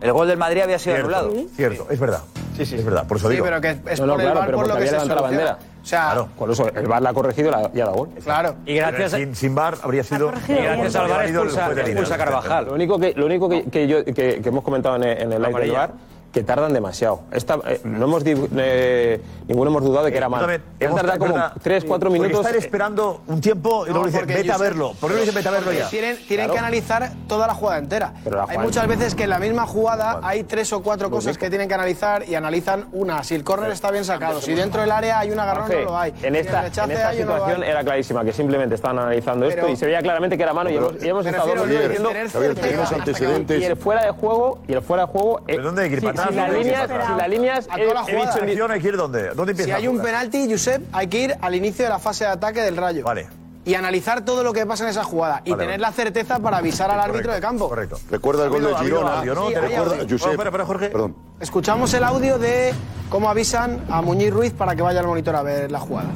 S14: El gol del Madrid había sido
S1: Cierto,
S14: anulado.
S1: Cierto, es verdad. Sí, sí. Es verdad, por eso
S14: Sí,
S1: digo.
S14: pero que
S11: No, no, claro, pero porque había levantado la bandera.
S1: O sea,
S11: Con eso, el VAR la ha corregido y la- y ha dado gol.
S1: Claro. Y
S11: gracias eh, a-
S1: sin, sin bar habría sido.
S11: Y gracias al VAR
S1: válido el
S11: expulsa-
S1: juez de
S11: expulsa
S1: línea.
S11: Carvajal. Lo único que, lo único que, que yo- que- que hemos comentado en, el- en el live del
S1: Amarilla.
S11: VAR, que tardan demasiado. Esta, eh, no hemos, div- eh, ninguno hemos dudado de que era
S1: Yo
S11: mal.
S1: también,
S11: Han
S1: hemos-
S11: tardado
S1: es
S11: como
S1: verdad,
S11: 3, 4
S1: porque
S11: minutos.
S1: Estar
S11: eh,
S1: esperando un tiempo y luego dicen,
S10: porque
S1: vete a
S10: yo sé-
S1: verlo. ¿Por qué no dicen, vete a verlo
S10: porque
S1: ya?
S10: Tienen, tienen
S1: Claro.
S10: que analizar toda la jugada entera.
S1: Pero la
S10: hay
S1: jugada
S10: muchas
S1: entera.
S10: veces que en la misma jugada hay tres o cuatro
S1: Muy
S10: cosas
S1: bien.
S10: que tienen que analizar y analizan una. Si el córner está bien sacado, si dentro del área hay un agarrón,
S11: Jorge,
S10: no lo hay. Si
S11: En esta, en
S10: rechace
S11: esta
S10: hay o no lo hay.
S11: situación era clarísima que simplemente estaban analizando esto
S10: Pero-
S11: y se veía claramente que era mano y
S10: Pero-
S11: hemos, y hemos
S10: me
S11: estado
S10: refiero,
S11: dos minutos
S10: Javier,
S11: diciendo
S10: tener Javier, certeza teníamos hasta que- antecedentes.
S11: Y el fuera de juego y el fuera de juego. eh,
S1: ¿Dónde hay que ir?
S11: si- si
S1: ¿Para atrás?
S11: las
S1: ¿Dónde hay que ir?
S11: líneas-
S1: ¿Para
S11: si
S1: atrás?
S11: las líneas,
S10: A
S11: eh,
S10: toda la
S11: he dicho
S10: jugada.
S11: en-
S1: Selección, hay que ir dónde? ¿Dónde empieza?
S10: Si hay
S1: la
S10: un
S1: jugada?
S10: penalti, Josep, hay que ir al inicio de la fase de ataque del Rayo.
S1: Vale.
S10: Y analizar todo lo que pasa en esa jugada. Y
S1: Vale,
S10: tener
S1: vale.
S10: la certeza para avisar al árbitro de campo.
S1: Correcto.
S16: Recuerda el gol
S10: Ha
S16: de
S10: habido- ha
S16: Girona.
S10: habido audio, ¿no?
S16: Recuerda,
S10: Sí, hay audio.
S16: Josep.
S10: Bueno, espera, espera, Jorge.
S16: Perdón.
S10: Escuchamos el audio de cómo avisan a Muñiz Ruiz para que vaya al monitor a ver la jugada.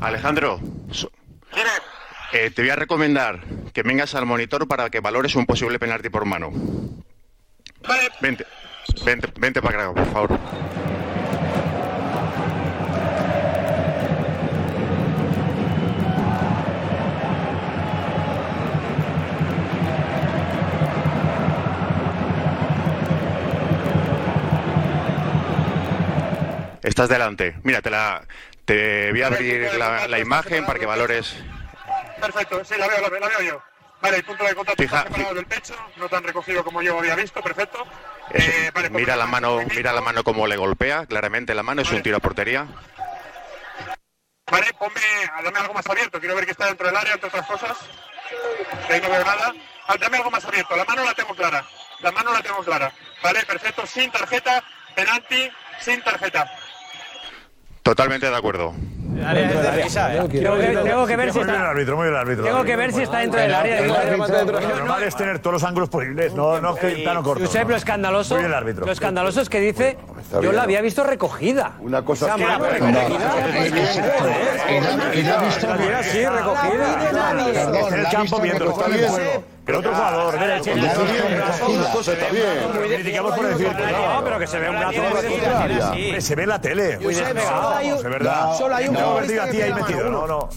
S2: Alejandro, so- eh, te voy a recomendar que vengas al monitor para que valores un posible penalti por mano. Vente, vente, vente para acá, por favor. Estás delante. Mira, te, la, te voy a abrir la, la imagen para que valores.
S3: Perfecto, sí, la veo, la veo, la veo yo. Vale, el punto de contacto
S2: Fija-
S3: está separado del pecho, no tan recogido como yo había visto, perfecto.
S2: Eso. Mira la mano, mira la mano como le golpea. Claramente la mano es un tiro a portería.
S3: Vale, ponme, dame algo más abierto, quiero ver que está dentro del área, entre otras cosas. Que ahí no veo nada. Ah, Dame algo más abierto, la mano la tengo clara, la mano la tengo clara. Vale, perfecto, sin tarjeta, penalti, sin tarjeta.
S2: Totalmente de acuerdo.
S15: Tengo que- tengo que ver si
S1: Muy bien el
S15: está.
S1: árbitro, muy bien el árbitro.
S15: Tengo
S1: el
S15: que
S1: árbitro.
S15: ver si está dentro del área.
S1: El
S15: Digo,
S1: árbitro,
S15: está dentro del
S1: Lo
S15: área.
S1: normal es tener todos los ángulos posibles, no, no que plano corto.
S15: Josep, lo escandaloso,
S1: Muy bien el árbitro.
S15: lo escandaloso es que dice,
S1: está
S15: yo
S1: bien.
S15: la había visto recogida.
S1: Una cosa
S15: Esa
S1: que-
S15: mano
S1: No.
S15: La hubiera sí recogida.
S1: En el campo viendo, está bien. Pero otro jugador, mira, el chico.
S16: Una cosa está bien.
S1: Criticamos por decir que no, pero que se ve un brazo Hombre, Se ve en la tele.
S16: Muy
S1: Josep,
S16: despegado.
S1: solo hay un-
S16: Es verdad.
S1: Solo hay un
S16: No,
S1: digo a ti ahí metido, no, no.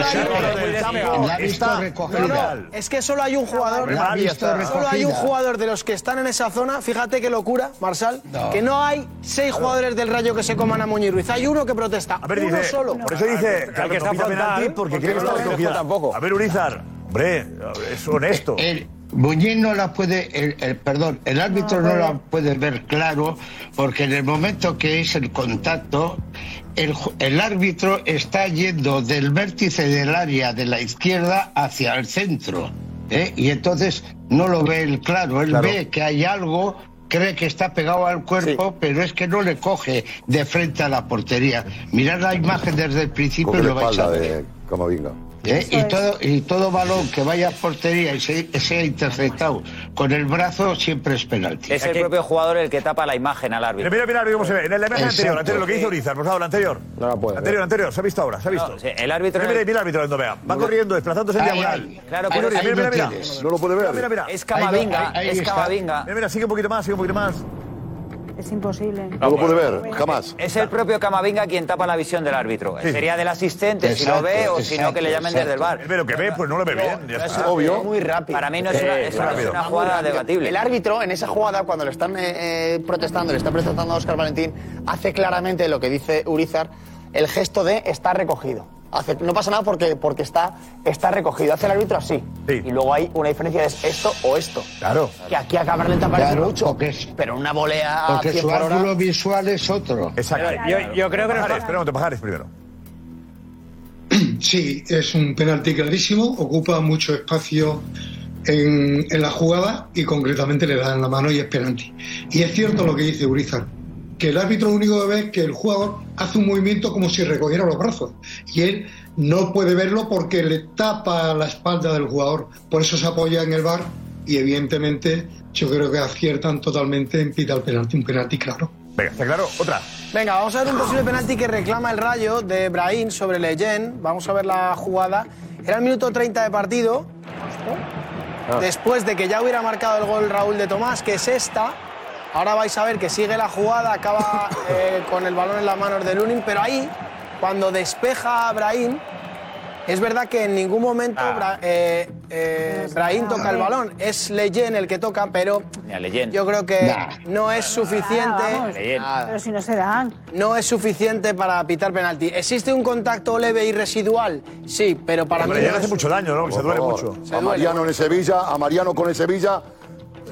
S10: La ha visto
S1: Está-
S10: recogida. No, no, es que solo hay un jugador.
S1: La ha visto
S10: Solo hay un
S1: recogida.
S10: jugador de los que están en esa zona. Fíjate qué locura, Marsal.
S1: No.
S10: Que no hay seis jugadores del Rayo que se coman a Muñiz Ruiz. Hay uno que protesta.
S1: A ver,
S10: uno
S1: dice,
S10: solo.
S1: por eso dice, claro, no pita penalti porque cree que está recogida. A ver, Urizar, hombre, es honesto.
S12: El Muñiz no la puede, el, el- perdón, el árbitro no la puede ver claro porque en el momento que es el contacto, el, ju- el árbitro está yendo del vértice del área de la izquierda hacia el centro. ¿eh? Y entonces no lo ve él claro, él
S23: Claro.
S12: ve que hay algo, cree que está pegado al cuerpo, pero es que no le coge de frente a la portería. Mirad la imagen desde el principio y
S23: Con la
S12: lo vais a
S23: espalda
S12: ver.
S23: de Camavinga.
S12: ¿Eh? Y, todo, y todo balón que vaya a portería y se- sea interceptado con el brazo siempre es penalti.
S14: Es el propio jugador el que tapa la imagen al árbitro.
S1: Mira, mira, mira cómo se ve. En el imagen
S14: Exacto.
S1: anterior, anterior, lo que hizo Urizar, por favor, la anterior. No la puedo. Anterior, anterior, se ha visto ahora, se ha visto.
S14: No, sí, el árbitro-
S1: Mira, mira, mira el árbitro cuando vea. Va corriendo, desplazándose en
S14: Ahí,
S1: diagonal.
S14: ahí. Claro,
S1: Mira,
S14: ahí- ahí
S1: mira,
S14: lo
S1: mira, mira.
S14: tienes.
S1: No lo puede ver.
S14: Es Camavinga, es Camavinga.
S1: Mira, mira, sigue un poquito más, sigue un poquito más.
S13: Es imposible.
S16: No lo puede ver, jamás.
S14: Es el propio Camavinga quien tapa la visión del árbitro.
S16: Sí.
S14: Sería del asistente, si
S16: Exacto,
S14: lo ve o si no, que le llamen
S16: exacto.
S14: desde el bar.
S1: Él ve lo que ve, pues no lo ve bien. ya está. Eh,
S17: Muy rápido.
S14: Para mí no es una- es una- es una
S17: Muy
S14: jugada
S17: rápido.
S14: debatible.
S17: El árbitro en esa jugada, cuando le están eh, eh, protestando, le está protestando a Oscar Valentín, hace claramente lo que dice Urizar, el gesto de está recogido. Hace- no pasa nada porque, porque está, está recogido. Hace el árbitro así. Y luego hay una diferencia de esto o esto.
S1: Claro.
S17: Que aquí a Cabraleta parece
S12: Claro,
S17: mucho. pero una
S15: Ah,
S17: volea a
S12: Porque
S17: 100
S12: su
S17: por hora-
S12: ángulo visual es otro.
S1: Exacto.
S12: Yo,
S1: creo que Pajares, espera un momento, Pajares primero.
S9: Sí, es un penalti clarísimo, ocupa mucho espacio en, en la jugada y concretamente le dan la mano y es penalti. Y es cierto lo que dice Urizar, que el árbitro lo único que ve es que el jugador hace un movimiento como si recogiera los brazos y él no puede verlo porque le tapa la espalda del jugador. Por eso se apoya en el bar y evidentemente yo creo que aciertan totalmente en pitar penalti, un penalti claro.
S1: Venga, está claro. Otra.
S10: Venga, vamos a ver un posible penalti que reclama el rayo de Brahim sobre Leyen. Vamos a ver la jugada. Era el minuto 30 de partido. Después de que ya hubiera marcado el gol Raúl de Tomás, que es esta. Ahora vais a ver que sigue la jugada, acaba eh, con el balón en las manos de Lunin, pero ahí, cuando despeja a Brahim, es verdad que en ningún momento Bra- eh, eh, Brahim toca el balón. Es Leyen el que toca, pero
S14: Mira, leyenda.
S10: yo creo que no es
S17: Ah,
S10: suficiente.
S17: vamos. Pero si no se dan.
S10: No es suficiente para pitar penalti. ¿Existe un contacto leve y residual? Sí, pero para
S16: Hombre,
S10: mí.
S16: ya le hace mucho daño, ¿no? Que se duele mucho. A Mariano en el Sevilla, a Mariano con el Sevilla.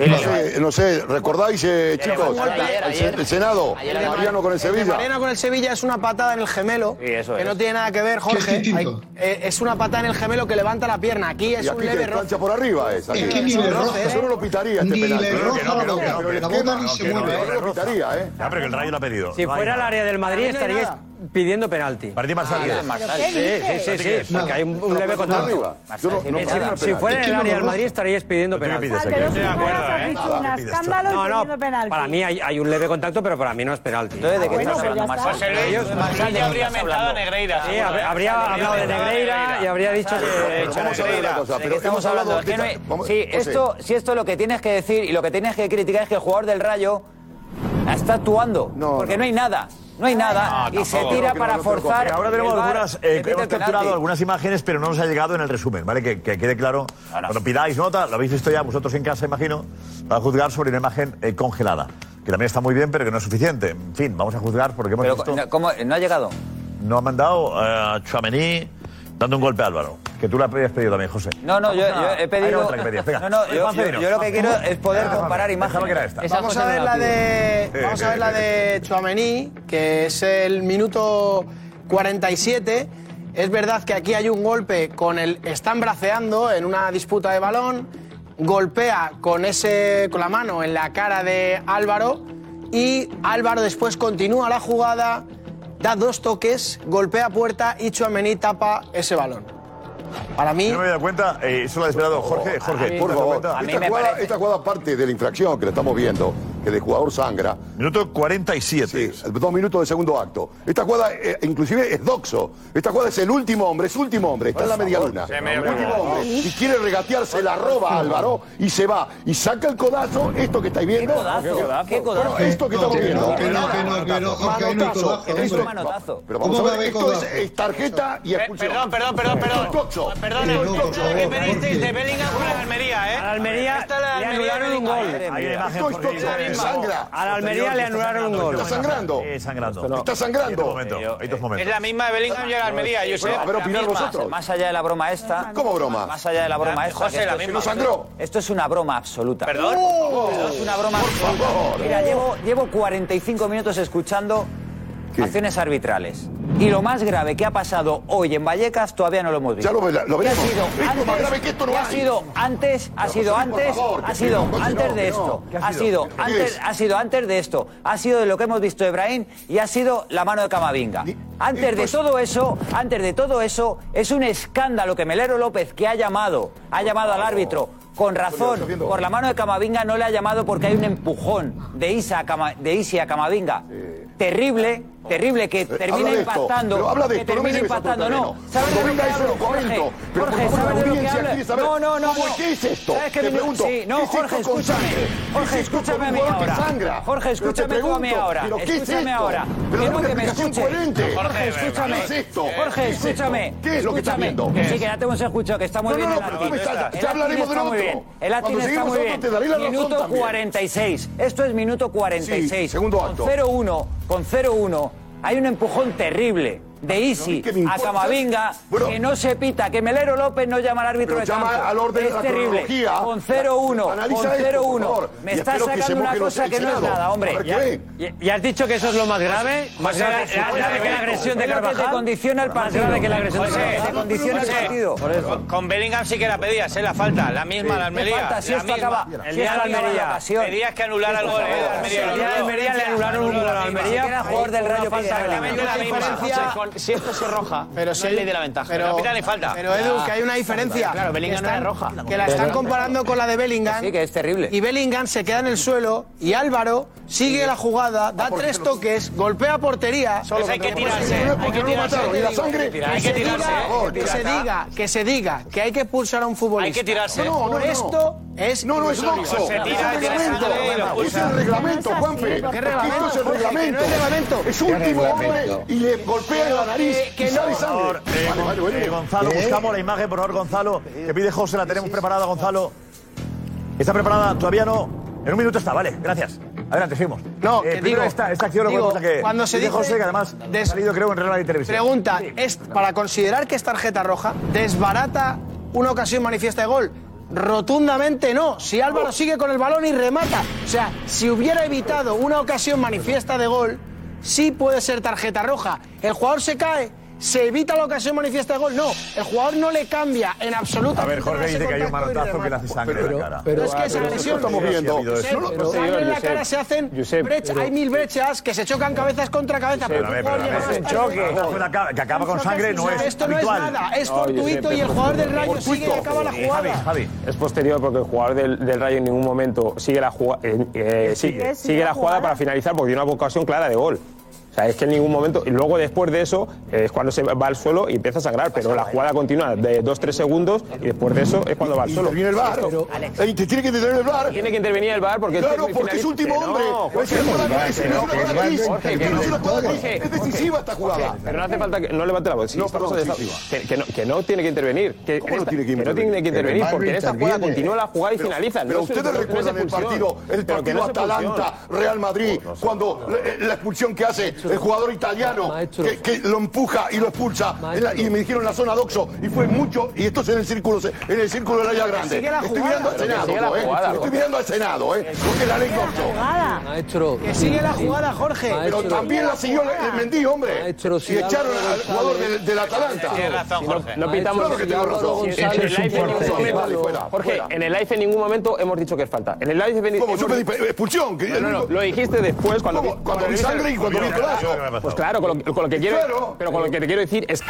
S16: No sé, no sé, ¿recordáis, eh,
S10: Le
S16: chicos?
S10: levantó ayer,
S16: El,
S10: ayer.
S16: el Senado,
S10: El de
S16: Mariano con el
S10: de
S16: Sevilla.
S10: Mariano con el Sevilla es una patada en el gemelo.
S16: Sí, eso
S10: que
S16: es.
S10: no tiene nada que ver, Jorge.
S16: distinto.
S10: Hay- eh, es una patada en el gemelo que levanta la pierna. Aquí es
S16: Y aquí
S10: un
S16: que
S10: leve roce.
S16: plancha por arriba es. Aquí.
S10: Es que ni le roza,
S16: Eso no lo pitaría este
S10: Ni
S16: penal.
S10: le
S16: Pero que no, que no, que no,
S1: roza
S16: pero
S1: la
S16: el
S1: boca,
S16: esquema
S1: no,
S16: ni
S1: que
S16: se
S1: no,
S16: mueve.
S1: que no
S16: No lo
S1: roza.
S16: pitaría, ¿eh?
S1: Ya, pero que el rayo lo ha pedido.
S15: Si
S1: No hay
S15: fuera el
S1: nada.
S15: área del Madrid, estaríais pidiendo penalti.
S1: Martín Marsal.
S15: Ah,
S1: Marsal.
S15: Sí, sí, sí, sí,
S1: Nada.
S15: porque hay un, un
S1: No,
S15: leve
S1: no,
S15: contacto.
S1: no, yo no- no
S15: Si-
S1: pido
S15: si
S1: penalti.
S15: fuera
S1: Es
S15: el
S1: que
S15: área
S1: no
S15: del
S1: me
S15: Madrid, estaríais pidiendo penalti. Ah,
S1: pides Estoy de aquí?
S6: Ah,
S1: acuerdo, ¿eh?
S17: Un escándalo y
S15: No,
S17: pidiendo
S15: no,
S17: penalti.
S15: para mí hay, hay un leve contacto, pero para mí no es penalti. Entonces,
S17: ¿de qué Ah, bueno, estás hablando, pues ya Marcelo? está.
S15: Ellos-
S17: Marcelo ya
S15: Marcelo
S17: habría
S15: estás
S17: mentado
S15: hablando.
S17: a Negreira,
S15: Sí,
S17: seguro, ¿eh?
S15: habría, habría hablado de Negreira y habría dicho que...
S16: Pero vamos a ver una cosa,
S14: ¿De
S16: pero
S14: qué estamos
S16: hemos hablado
S14: hablando? Es que no hay- sí, esto, si esto lo que tienes que decir y lo que tienes que criticar es que el jugador del Rayo está actuando, porque no. hay nada, no hay nada y se tira para forzar.
S1: Ahora
S14: el
S1: tenemos
S14: VAR,
S1: algunas, eh,
S14: que pite
S1: hemos
S14: el penalti.
S1: capturado algunas imágenes, pero no nos ha llegado en el resumen, ¿vale? Que, que quede claro. Cuando pidáis nota, lo habéis visto ya vosotros en casa, imagino, para juzgar sobre una imagen eh, congelada. Que también está muy bien, pero que no es suficiente. En fin, vamos a juzgar porque hemos
S14: Pero,
S1: visto.
S14: no, ¿cómo? ¿No ha llegado?
S1: No ha mandado eh, a Chuamení dando un golpe a Álvaro. Que tú la habías pedido también, José.
S14: No, no, yo,
S1: Vamos a-
S14: yo he
S1: Hay
S14: pedido.
S1: otra que pedías, venga.
S14: No, no,
S1: Oye,
S14: yo,
S1: Juan
S14: yo-
S1: Pedro,
S14: yo lo que
S1: Juan
S14: quiero
S1: Pedro.
S14: es poder
S1: Déjame,
S14: comparar
S1: déjame que era
S14: imágenes.
S1: esta.
S10: Vamos a ver la de.
S1: Sí,
S10: Vamos a ver
S1: sí,
S10: la
S1: sí.
S10: de Chuamení, que es el minuto 47. Es verdad que aquí hay un golpe con el. Están braceando en una disputa de balón. Golpea con ese. con la mano en la cara de Álvaro. Y Álvaro después continúa la jugada. Da dos toques, golpea puerta y Chuamení tapa ese balón. Para mí.
S1: Yo no me he dado cuenta, eh, eso lo ha esperado Jorge.
S14: Oh,
S1: Jorge, ¿te has
S16: por
S1: dado
S16: favor.
S1: cuenta?
S16: Esta jugada, esta jugada parte de la infracción que la estamos viendo, que el jugador sangra.
S1: Minuto 47.
S16: dos minutos del segundo acto. Esta jugada, eh, inclusive, es doxo. Esta jugada es el último hombre, es último hombre. Está en la media luna. Último hombre. Y quiere regatearse, la roba a Álvaro y se va. Y saca el codazo, esto que estáis viendo. Bueno, esto que estamos viendo. Manotazo. Esto- Pero vamos a ver, esto es, es tarjeta y expulsión.
S17: Eh, Perdón, perdón, perdón, perdón. Perdona,
S16: favor,
S17: ¿qué pedisteis de Bellingham con el Almería, eh?
S15: Almería
S17: Esta es la
S15: le
S17: Almería
S15: anularon un
S17: de
S15: gol.
S17: Bellingham.
S15: Hay una imagen,
S17: Esto es
S15: Jorge,
S17: tocho,
S15: dice,
S17: eh,
S15: mismo.
S17: sangra.
S15: A la Almería le anularon un gol.
S1: Eh, sangrando. este
S15: No. Está
S1: sangrando. Hay
S16: Eh,
S1: dos momentos. Hay dos momentos.
S17: Es la misma de Bellingham y el Almería, yo sé.
S1: Bueno, a ver,
S17: La
S1: opinad
S17: misma.
S1: vosotros.
S14: Más allá de la broma esta.
S17: ¿Cómo broma?
S14: Más allá de la broma
S17: La-
S14: esta.
S17: José,
S14: que
S17: la
S14: esto es
S17: misma. Uh,
S14: una-
S17: sangró.
S14: Esto es una broma absoluta.
S17: Perdón.
S16: ¡Oh!
S14: Esto es una broma absoluta. Mira, llevo, llevo 45 minutos escuchando acciones arbitrales. Y lo más grave que ha pasado hoy en Vallecas todavía no lo hemos visto.
S16: Ya lo ve- lo
S14: ¿Qué ha
S16: veremos.
S14: sido
S16: Es lo
S14: antes,
S16: más grave que esto no
S14: ¿Qué ha
S16: hay.
S14: sido antes, ha
S16: Pero,
S14: sido
S16: José, por
S14: antes,
S16: favor,
S14: ha
S16: que
S14: sido
S16: no, José,
S14: antes
S16: no,
S14: de
S16: que
S14: esto,
S16: no. ¿Qué ha
S14: ha
S16: sido?
S14: sido
S16: ¿Qué
S14: antes,
S16: es?
S14: ha sido antes de esto, ha sido de lo que hemos visto de Brahim y ha sido la mano de Camavinga. Antes de todo eso, antes de todo eso, es un escándalo que Melero López, que ha llamado, ha llamado al árbitro con razón, por la mano de Camavinga no le ha llamado porque hay un empujón de Isa a Cama- de Isi a Camavinga terrible terrible que termina
S16: Eh, habla de esto,
S14: impactando.
S16: pero habla de
S14: que
S16: esto, no me
S14: termina
S16: lleves a tu
S14: impactando, no.
S16: terreno.
S14: ¿Sabes de
S16: Cuando
S14: lo que
S16: venga eso
S14: hablo,
S16: lo comento,
S14: Jorge?
S16: pero por
S14: Jorge,
S16: favor, la
S14: ¿sabes de lo que
S16: audiencia
S14: hablo?
S16: quiere saber
S14: No, no, no.
S16: cómo-
S14: no.
S16: ¿qué es esto?
S14: ¿Sabes qué
S16: Te
S14: me-
S16: pregunto,
S14: Sí, no,
S16: ¿qué es esto
S14: Jorge,
S16: con
S14: escúchame.
S16: sangre? ¿Qué
S14: Jorge,
S16: es esto con
S14: escúchame a
S16: un
S14: mí
S16: jugador que
S14: ahora.
S16: sangra?
S14: Jorge,
S16: Pero te
S14: escúchame tú a mí
S16: pregunto,
S14: ahora.
S16: ¿pero qué es
S14: Escúchame
S16: esto?
S14: ahora.
S16: Pero
S14: Quiero
S16: dame una
S14: que me
S16: explicación
S14: escuche.
S16: coherente.
S14: Jorge,
S16: Jorge,
S14: escúchame.
S16: ¿qué es esto?
S14: Jorge,
S16: ¿Qué es esto?
S14: escúchame.
S16: ¿Qué es lo que estás
S14: Escúchame.
S16: viendo?
S14: Sí, que ya te hemos escuchado, que está muy
S16: No, no,
S14: bien
S16: no,
S14: el
S16: pero tú me
S14: latín.
S16: saltas,
S14: El
S16: ya hablaremos
S14: latín está
S16: del
S14: muy
S16: otro.
S14: bien. El latín
S16: Cuando
S14: está
S16: sigamos
S14: muy
S16: otro,
S14: bien.
S16: te daré la razón
S14: Minuto
S16: también.
S14: 46. Esto es minuto 46.
S16: Sí, segundo acto.
S14: Con 0-1, con 0-1, hay un empujón terrible de Isi
S16: ¿qué me
S14: a
S16: importa?
S14: Camavinga que no se pita, que Melero López no llama al árbitro
S16: Pero
S14: de
S16: llama
S14: campo.
S16: al orden de
S14: es
S16: la
S14: terrible.
S16: cronología.
S14: Con 0-1, con
S16: Analiza esto, por
S14: 0-1.
S16: favor.
S14: Me
S16: Y
S14: estás
S16: espero que se
S14: sacando una
S16: mojen los
S14: cosa que no es
S16: seleccionados.
S14: nada, hombre.
S16: Para que
S14: Ya-
S16: vean.
S15: Y, y has dicho que eso es lo más grave, más
S14: José,
S15: grave,
S14: por
S15: la-
S14: supuesto,
S15: grave que la agresión de
S14: es lo que te
S15: Carvajal.
S14: condiciona el
S15: Más
S14: partido.
S15: grave que la agresión
S14: José,
S15: de
S14: te condiciona el partido. Por eso.
S7: Con, con Bellingham sí que la pedías, ¿eh? La falta, la misma,
S14: Sí.
S7: la Almería.
S14: ¿Qué falta? Si
S7: la
S14: esto
S7: misma.
S14: acaba- si
S7: el día de
S14: esto
S7: la
S14: acaba en la
S7: Almería.
S14: ocasión.
S7: Pedías que anulara el gol, ¿eh? La Almería.
S15: El día de Almería le anularon un gol a la Almería.
S14: Siquiera jugador del Rayo Vallecano.
S7: Exactamente la misma.
S10: diferencia-
S13: Con- si esto se roja,
S10: Pero
S13: no
S10: sí.
S13: es ley de la ventaja.
S10: Pero,
S13: la pita ni falta.
S10: pero Edu, que hay una diferencia.
S13: Claro, Bellingham
S10: Que
S13: no era
S10: están-
S13: roja.
S10: Que la están comparando con la de Bellingham.
S14: Sí, que es terrible.
S10: Y Bellingham se queda en el suelo y Álvaro sigue la
S14: Ah,
S10: jugada, da tres toques, golpea portería.
S13: Pues hay que tirarse, hay que tirarse. Hay que
S10: Que se diga-
S13: tirarse, ¿eh?
S10: Que se
S13: Tirarse.
S10: diga, que se diga que hay que pulsar a un futbolista.
S13: Hay que tirarse. No, no,
S10: Por
S13: no.
S10: esto es.
S16: No, no es
S10: ilusorio.
S16: Noxo.
S10: Se
S16: Es
S10: tira,
S16: el
S10: tira
S16: reglamento.
S10: sangre y lo
S16: Es
S10: pulsa.
S16: el reglamento,
S10: No es así,
S16: Juanfe.
S10: ¿Qué
S16: Esto es el
S10: Jorge, que
S16: reglamento.
S10: no es reglamento.
S16: este Es último
S1: reglamento.
S16: hombre y le golpea en la nariz
S1: Que
S16: y
S1: no.
S16: sale
S1: Por favor,
S16: sangre.
S1: eh,
S16: Vale, vale,
S1: Gon-
S16: bueno.
S1: eh, Gonzalo,
S16: ¿Qué?
S1: buscamos la imagen, por favor, Gonzalo. Que pide José, la tenemos preparada, Gonzalo. ¿Está preparada? Todavía no. En un minuto está, vale, gracias. Adelante, seguimos.
S10: No,
S1: Eh,
S10: que
S1: primero
S10: digo-
S1: esta, esta acción lo
S10: digo,
S1: cuenta que
S10: cuando se
S1: dice
S10: dice
S1: José, que además ha
S10: des-
S1: salido, creo, en Real Madrid Televisión.
S10: Pregunta, ¿es para considerar que es tarjeta roja? ¿Desbarata una ocasión manifiesta de gol? Rotundamente no. Si Álvaro sigue con el balón y remata, o sea, si hubiera evitado una ocasión manifiesta de gol, sí puede ser tarjeta roja. El jugador se cae, se evita la ocasión manifiesta de gol. No, el jugador no le cambia en absoluto.
S1: A ver, Jorge dice que hay un manotazo que le hace sangre en la cara.
S10: Pero es que esa lesión
S1: estamos viendo.
S10: Josep, sangre en la cara se hacen brechas, hay mil brechas que se chocan cabezas contra cabeza.
S1: Pero a ver, pero a ver,
S10: Un
S1: un tajo en la cara- que acaba con sangre no es
S10: Esto no es
S1: habitual.
S10: nada, es fortuito y el jugador del Rayo sigue y acaba la jugada.
S11: Es posterior porque el jugador del, del Rayo en ningún momento sigue la, jugada eh, sigue,
S10: sigue
S11: sigue la jugada
S10: la jugada.
S11: para finalizar porque tiene una ocasión clara de gol. O sea, es que en ningún momento. Y luego, después de eso, eh, es cuando se va al suelo y empieza a sangrar. Pero
S10: eh.
S11: la jugada continúa de 2-3 segundos y después de eso es cuando va al suelo.
S16: Interviene el VAR. Ey, te tiene que intervenir el VAR.
S11: Tiene que intervenir el VAR porque.
S16: Claro,
S11: este
S16: porque es
S11: finaliza-
S16: último
S11: Que no,
S16: hombre.
S11: Jorge,
S16: Es una jugada
S11: que no, que no,
S16: gravísima.
S11: Jorge, que
S16: Es una
S11: no.
S16: jugada
S11: Jorge,
S16: gravísima. Es decisiva esta jugada.
S11: Pero no hace falta que no levante la voz. Sí,
S16: No,
S11: estamos
S16: perdón,
S11: en
S16: sí,
S11: esta- que, que no, que no tiene que intervenir. Que,
S16: ¿Cómo no
S11: esta-
S16: tiene que
S11: no tiene que
S16: intervenir?
S11: intervenir
S16: El
S11: porque en
S16: árbitro
S11: esta jugada
S16: interviene.
S11: continúa la jugada y
S16: Pero-
S11: finaliza.
S16: Pero
S11: No es
S16: ustedes
S11: expulsión, no es
S16: recuerdan el
S11: expulsión.
S16: partido, el
S11: Pero que
S16: partido
S11: no es expulsión.
S16: Atalanta, Real Madrid, cuando le- la expulsión que hace el jugador italiano, que, que lo empuja y lo expulsa, en la- y me dijeron la zona doxo, y fue mucho, y esto es en el círculo, en el círculo del área grande.
S10: sigue la
S16: Estoy
S10: jugada.
S16: mirando al
S10: Pero que
S16: Senado,
S10: sigue la
S16: yo, eh.
S10: jugada,
S16: estoy mirando al Senado, eh, porque la ley doxo.
S5: Maestro.
S10: Que sigue la jugada, Jorge.
S16: Pero también la siguió el el Mendy, hombre.
S5: Maestro, si
S16: y echaron
S5: Álvaro
S16: al jugador
S5: González-
S16: del, del Atalanta.
S5: Tienes razón,
S11: Si no-
S5: Jorge.
S11: No, pitamos
S16: Claro que tengo razón.
S11: En el live en ningún momento- Jorge, en el live en ningún momento hemos dicho que es falta. En el live
S16: ¿Cómo? Yo
S11: hemos-
S16: pedí pe- expulsión. que-
S11: No, no, no, lo dijiste después cuando
S16: ¿Cómo?
S11: vi-
S16: Cuando vi
S11: viste-
S16: sangre y cuando vi el brazo.
S11: Pues claro, con lo, con lo que quiero,
S16: Claro.
S11: pero con lo que te quiero decir es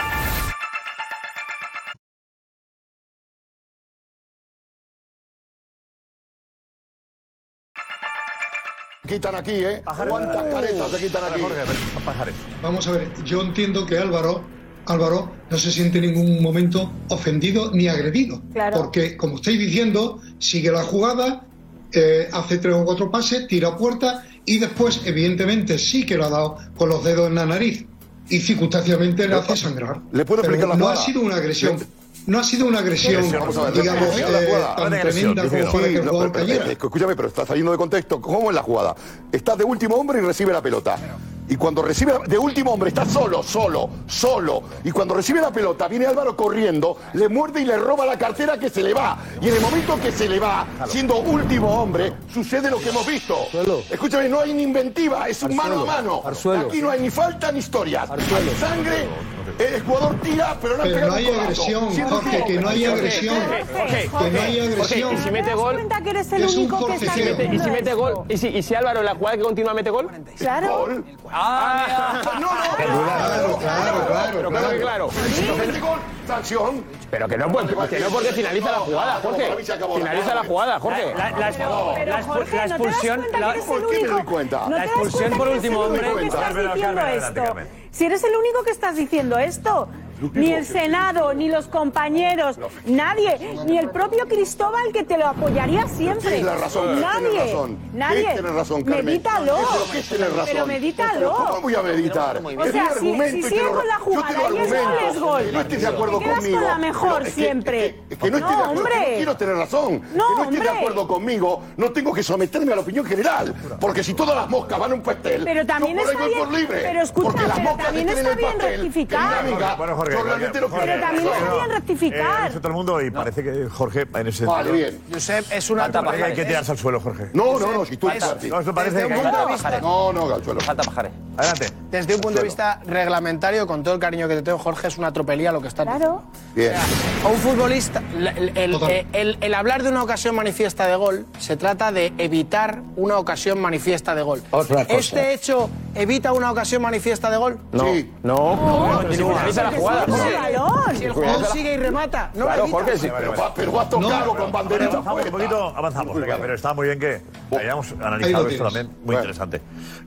S16: Quitan aquí, ¿eh? ¿Cuántas caretas se quitan aquí?
S9: Vamos a ver, yo entiendo que Álvaro, Álvaro no se siente en ningún momento ofendido ni agredido. Porque, como estáis diciendo, sigue la jugada, eh, hace tres o cuatro pases, tira a puerta y después, evidentemente, sí que lo ha dado con los dedos en la nariz y circunstancialmente le hace sangrar.
S16: ¿Le puedo
S9: Pero
S16: explicar la
S9: No ha
S16: jugada?
S9: sido una agresión.
S16: Le-
S9: No ha sido una agresión,
S16: Vamos a ver,
S9: digamos,
S16: la jugada,
S9: eh,
S16: la jugada.
S9: tan tremenda como para que el
S16: Sí, no,
S9: jugador
S16: pero-
S9: cayera.
S16: pero- Escúchame, pero está saliendo de contexto. ¿Cómo es la jugada? Estás de último hombre y recibe la pelota. Y cuando recibe la- de último hombre, está solo, solo, solo. Y cuando recibe la pelota, viene Álvaro corriendo, le muerde y le roba la cartera que se le va. Y en el momento que se le va, siendo último hombre, sucede lo que hemos visto. Escúchame, no hay ni inventiva, es un mano a mano. Aquí no hay ni falta ni historias. Hay sangre, el jugador tira, pero no ha
S9: Pero
S16: pegado
S9: no hay
S16: un codazo.
S9: agresión,
S16: Siendo
S9: Jorge,
S16: último
S9: que no hay
S16: hombre.
S9: agresión.
S11: Jorge,
S9: Que no hay
S11: Jorge,
S9: agresión.
S11: y si mete
S4: ¿Te das
S11: gol,
S4: cuenta que eres el
S11: Es un
S4: único que está
S11: y si mete, y si
S4: viendo
S11: mete
S4: esto?
S11: gol, y si, y si Álvaro en la jugada que continúa mete gol,
S4: Claro.
S9: Ah,
S11: Ah, no, no, claro, claro, claro, claro, claro, claro.
S16: Mete gol, Sanción.
S11: Pero que no, por- que no porque finaliza la jugada, Jorge. Finaliza la jugada, Jorge.
S16: La- la- la-
S11: No.
S16: la-
S11: Pero, Jorge,
S16: la
S11: ¿no te das
S16: expulsión-
S11: cuenta que
S16: la-
S11: eres el
S16: ¿Por qué me
S11: único?
S16: doy cuenta?
S11: ¿No
S4: ¿No te
S11: La
S4: das
S11: expulsión
S4: cuenta
S11: por
S4: que
S11: último
S4: eres el
S11: hombre.
S4: único que estás
S11: Carmen,
S4: diciendo
S11: Carmen, adelante,
S4: esto?
S11: Carmen.
S4: Si eres el único que estás diciendo esto, ni el Senado, ni los compañeros, nadie, ni el propio Cristóbal que te lo apoyaría siempre.
S16: Tienes la razón,
S4: nadie,
S16: tienes razón.
S4: nadie.
S16: Tienes razón, Carmen.
S4: Medítalo.
S16: Pero que tienes razón.
S4: Pero medítalo.
S16: Pero ¿Cómo voy a meditar?
S4: O sea, si- si, sigues con la jugada y es gol, es gol.
S16: No estés de acuerdo
S4: te quedas
S16: conmigo.
S4: con la mejor
S16: No, es que-
S4: siempre.
S16: Es que, es que no, estoy de acuerdo,
S4: hombre.
S16: que no quiero tener razón.
S4: No,
S16: que no estés de
S4: hombre.
S16: acuerdo conmigo, no tengo que someterme a la opinión general. Porque si todas las moscas van a un pastel,
S4: Pero también
S16: yo por ahí
S4: está
S16: voy
S4: bien-
S16: por libre.
S4: pero escucha,
S16: porque las
S4: pero
S16: moscas
S4: también
S16: que tienen
S4: está
S16: el
S4: bien
S16: pastel,
S4: rectificar.
S16: en la miga,
S1: Bueno, Jorge,
S16: yo
S1: Jorge,
S16: realmente no
S4: Pero
S16: quiero
S4: también
S16: eso.
S4: está bien
S1: Eh,
S4: rectificar.
S1: eso todo el mundo y parece que Jorge en ese
S16: Vale,
S1: sentido-
S16: bien.
S10: Josep, es una
S1: Falta parece que hay que tirarse al suelo, Jorge.
S16: No, no, no, si tú
S10: Falta-
S16: estás-
S1: No, eso parece
S10: Desde
S1: que
S10: un punto de
S1: hay-
S10: vista-
S16: No, no, Galchuelo.
S14: Falta pajares.
S1: Adelante.
S10: Desde un punto de vista reglamentario, con todo el cariño que te tengo, Jorge, es una tropelía lo que está Claro.
S16: Bien.
S10: A un futbolista, la- el, el-
S16: Total.
S10: eh, el- el hablar de una ocasión manifiesta de gol se trata de evitar una ocasión manifiesta de gol.
S11: Otra cosa.
S10: ¿Este hecho evita una ocasión manifiesta de gol?
S11: No, no,
S10: No,
S11: no, si finaliza la
S10: porque
S11: jugada.
S10: si
S11: Jorge.
S10: el balón, si el jugador
S11: Cuidado.
S10: sigue y remata, no
S11: Claro,
S10: lo evita.
S11: Jorge, sí.
S1: Vale, vale,
S11: Pero
S1: vale.
S11: va- pero va a tocarlo
S1: No.
S11: con banderita
S1: Vale, avanzamos un poquito, avanzamos. venga, pero está muy bien que hayamos analizado esto
S16: tienes.
S1: también. Muy interesante.